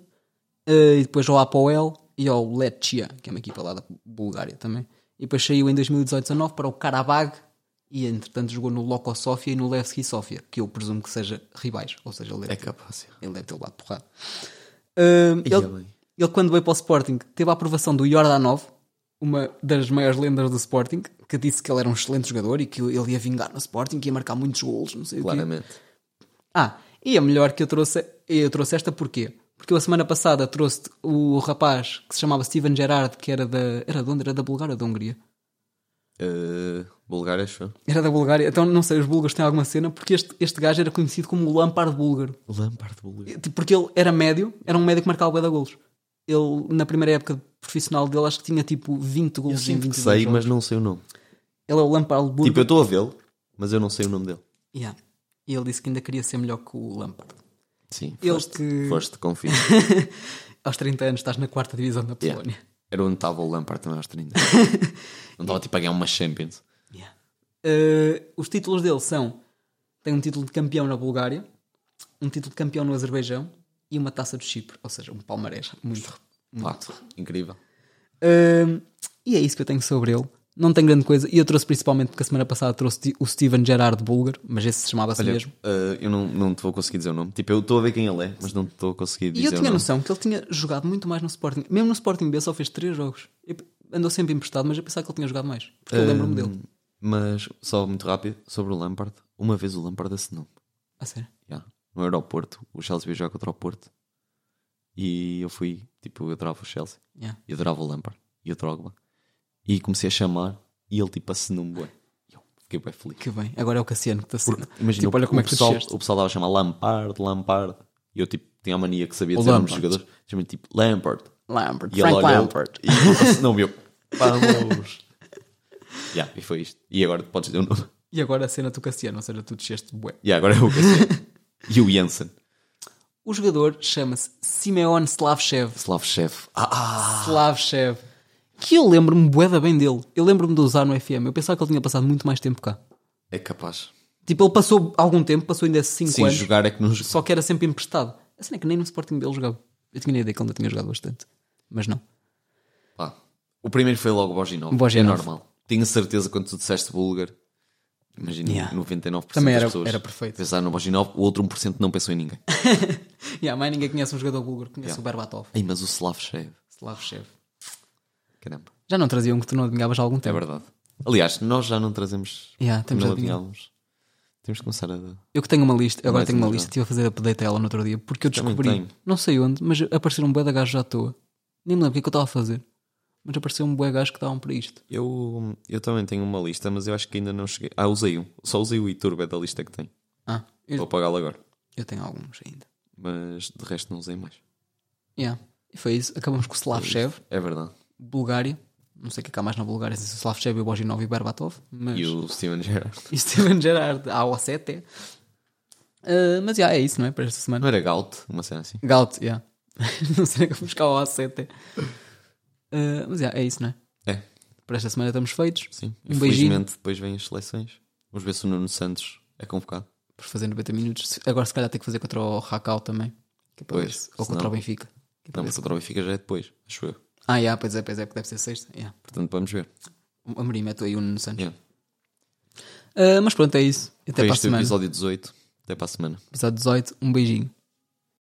Speaker 2: eh, e depois ao Apoel e ao Lechia, que é uma equipa lá da Bulgária também. E depois saiu em 2018-19 para o Karabag e entretanto jogou no Loko Sofia e no Levski Sofia, que eu presumo que seja rivais, ou seja, ele deve,
Speaker 3: É
Speaker 2: ter,
Speaker 3: capaz. é.
Speaker 2: ele deve ter levado porrada. Ahm,
Speaker 3: Ia
Speaker 2: ele,
Speaker 3: bem.
Speaker 2: ele, quando veio para o Sporting, teve a aprovação do Jordanov, uma das maiores lendas do Sporting, que disse que ele era um excelente jogador e que ele ia vingar no Sporting, que ia marcar muitos golos, não sei o quê.
Speaker 3: Claramente.
Speaker 2: Ah, e a melhor que eu trouxe, eu trouxe esta porquê? Porque eu a semana passada trouxe o rapaz que se chamava Steven Gerrard, que era da. Era de onde? Era da Bulgária ou da Hungria?
Speaker 3: Eh, Bulgária, acho eu.
Speaker 2: Era da Bulgária, então não sei, os búlgaros têm alguma cena, porque este, este gajo era conhecido como o Lampard búlgaro.
Speaker 3: Lampard Bulgária.
Speaker 2: Tipo, Porque ele era médio, era um médio que marcava bué de golos. Ele, na primeira época profissional dele, acho que tinha tipo 20 golos em 20
Speaker 3: Sinto que sei,
Speaker 2: jogos.
Speaker 3: mas não sei o nome.
Speaker 2: Ele é o Lampard búlgaro.
Speaker 3: Tipo, eu estou a vê-lo, mas eu não sei o nome dele.
Speaker 2: Yeah. E ele disse que ainda queria ser melhor que o Lampard.
Speaker 3: Sim,
Speaker 2: Ele
Speaker 3: foste,
Speaker 2: que-
Speaker 3: foste, confio.
Speaker 2: Aos 30 anos estás na quarta divisão da
Speaker 3: Yeah.
Speaker 2: Polónia.
Speaker 3: Era onde estava o Lampard também aos 30. não estava tipo a ganhar uma Champions.
Speaker 2: Yeah. Eh, os títulos dele são: tem um título de campeão na Bulgária, um título de campeão no Azerbaijão e uma taça do Chipre, ou seja, um palmarés muito.
Speaker 3: Pá, incrível.
Speaker 2: Eh, e é isso que eu tenho sobre ele. Não tem grande coisa. E eu trouxe principalmente porque a semana passada trouxe ti- o Steven Gerrard búlgaro, mas esse se chamava assim
Speaker 3: Olha,
Speaker 2: mesmo.
Speaker 3: eh, eu não, não te vou conseguir dizer o nome. Tipo, eu estou a ver quem ele é, mas não te estou a conseguir
Speaker 2: E
Speaker 3: dizer
Speaker 2: eu tinha
Speaker 3: o nome.
Speaker 2: noção que ele tinha jogado muito mais no Sporting. Mesmo no Sporting B só fez 3 jogos. Eu pe- andou sempre emprestado, mas eu pensava que ele tinha jogado mais. Porque eu lembro-me dele.
Speaker 3: Mas, só muito rápido, sobre o Lampard. Uma vez o Lampard assinou
Speaker 2: A Ah, sério.
Speaker 3: já, no aeroporto. O Chelsea veio jogar contra o Porto. E eu fui, tipo, eu adorava o Chelsea.
Speaker 2: Yeah.
Speaker 3: E adorava o Lampard. E o Drogba. E comecei a chamar. E ele, tipo, assinou-me bué. E eu fiquei bem feliz.
Speaker 2: Que bem. Agora é o Cassiano que está sendo.
Speaker 3: Imagina,
Speaker 2: Tipo, olha
Speaker 3: o,
Speaker 2: como
Speaker 3: o
Speaker 2: é que tu
Speaker 3: pessoal,
Speaker 2: desceste.
Speaker 3: o pessoal estava a chamar Lampard, Lampard. E eu tipo, tinha a mania que sabia
Speaker 2: O
Speaker 3: dizer o nome dos
Speaker 2: Lampard.
Speaker 3: jogadores. Chamei tipo Lampard.
Speaker 2: Lampard.
Speaker 3: E ele
Speaker 2: Frank
Speaker 3: olhou
Speaker 2: Lampard.
Speaker 3: E ele não viu. Vamos. yeah, e foi isto. E agora podes dizer o nome.
Speaker 2: E agora a cena do Cassiano, ou seja, tu desceste bué.
Speaker 3: E agora é o Cassiano. e o Jensen.
Speaker 2: O jogador chama-se Simeon Slavchev.
Speaker 3: Slavchev. Ah, ah.
Speaker 2: Slavchev. Que eu lembro-me bué da bem dele. Eu lembro-me de usar no FM. Eu pensava que ele tinha passado muito mais tempo cá.
Speaker 3: É capaz.
Speaker 2: Tipo, ele passou algum tempo, passou ainda 5
Speaker 3: Sim,
Speaker 2: anos,
Speaker 3: jogar é que não jogou.
Speaker 2: só que era sempre emprestado. A cena é que nem no Sporting dele jogava. Eu tinha a ideia que ele ainda tinha jogado bastante. Mas não.
Speaker 3: Pá. O primeiro foi logo Boginov.
Speaker 2: Boginov.
Speaker 3: É normal. Tinha certeza quando tu disseste búlgaro. Imagina,
Speaker 2: Yeah.
Speaker 3: 99%
Speaker 2: Também
Speaker 3: das
Speaker 2: era-
Speaker 3: pessoas
Speaker 2: era perfeito.
Speaker 3: pensaram no Boginov, o outro 1% não pensou em ninguém.
Speaker 2: Yeah, mais ninguém conhece um jogador búlgaro, conhece o Berbatov.
Speaker 3: Ei, mas o Slavchev.
Speaker 2: Slavchev.
Speaker 3: Caramba.
Speaker 2: Já não traziam que tu não adivinhavas há algum
Speaker 3: É
Speaker 2: tempo.
Speaker 3: verdade. Aliás, nós já não trazemos.
Speaker 2: Yeah, temos
Speaker 3: não
Speaker 2: de adivinhar.
Speaker 3: adivinhávamos. Temos que começar a.
Speaker 2: Eu que tenho uma lista, eu agora
Speaker 3: Mais
Speaker 2: tenho uma
Speaker 3: uma
Speaker 2: lista, estive a fazer update a ela no outro dia, porque eu
Speaker 3: Também
Speaker 2: descobri,
Speaker 3: tenho.
Speaker 2: não sei onde, mas apareceu um bué de gajo já à toa. Nem me lembro o que é que eu estava a fazer, mas apareceu um bué gajo que davam para isto.
Speaker 3: Eu, eu também tenho uma lista, mas eu acho que ainda não cheguei. Ah, usei um. Só usei o iTurbo, é da lista que tenho.
Speaker 2: Ah,
Speaker 3: Vou
Speaker 2: eu,
Speaker 3: apagá-lo agora.
Speaker 2: eu tenho alguns ainda.
Speaker 3: Mas de resto não usei mais.
Speaker 2: Yeah. E foi isso, acabamos com o Slavchev,
Speaker 3: É verdade.
Speaker 2: Bulgária, não sei o que é que há mais na Bulgária, se é o Slavchev, o Bojinov e o Berbatov, mas...
Speaker 3: E o Steven Gerrard.
Speaker 2: E Steven Gerrard, a OCT. Ah, mas já é isso, não é? Para esta semana.
Speaker 3: Não era Gaut, uma cena assim.
Speaker 2: Gaut, yeah. não sei como buscar o OCT. Ah, mas já é isso, não é?
Speaker 3: É,
Speaker 2: Para esta semana estamos feitos.
Speaker 3: sim.
Speaker 2: Um beijinho.
Speaker 3: Infelizmente depois vêm as seleções. Vamos ver se o Nuno Santos é convocado.
Speaker 2: Por fazer 90 minutos. Se- Agora se calhar tem que fazer contra o Racau também. Que é para
Speaker 3: Pois,
Speaker 2: ver se- ou
Speaker 3: senão-
Speaker 2: contra o Benfica. Que é para
Speaker 3: Não,
Speaker 2: ver
Speaker 3: mas
Speaker 2: se-
Speaker 3: o Trova fica já é depois, acho eu.
Speaker 2: Ah, yeah, pois é, pois é, porque deve ser sexta. Yeah.
Speaker 3: Portanto, vamos ver.
Speaker 2: O Amorim meteu aí o Nuno Santos.
Speaker 3: Yeah.
Speaker 2: Ah, mas pronto, é isso. Até
Speaker 3: Foi
Speaker 2: para a
Speaker 3: este o
Speaker 2: semana.
Speaker 3: episódio 18. Até para a semana.
Speaker 2: Episódio 18. Um beijinho.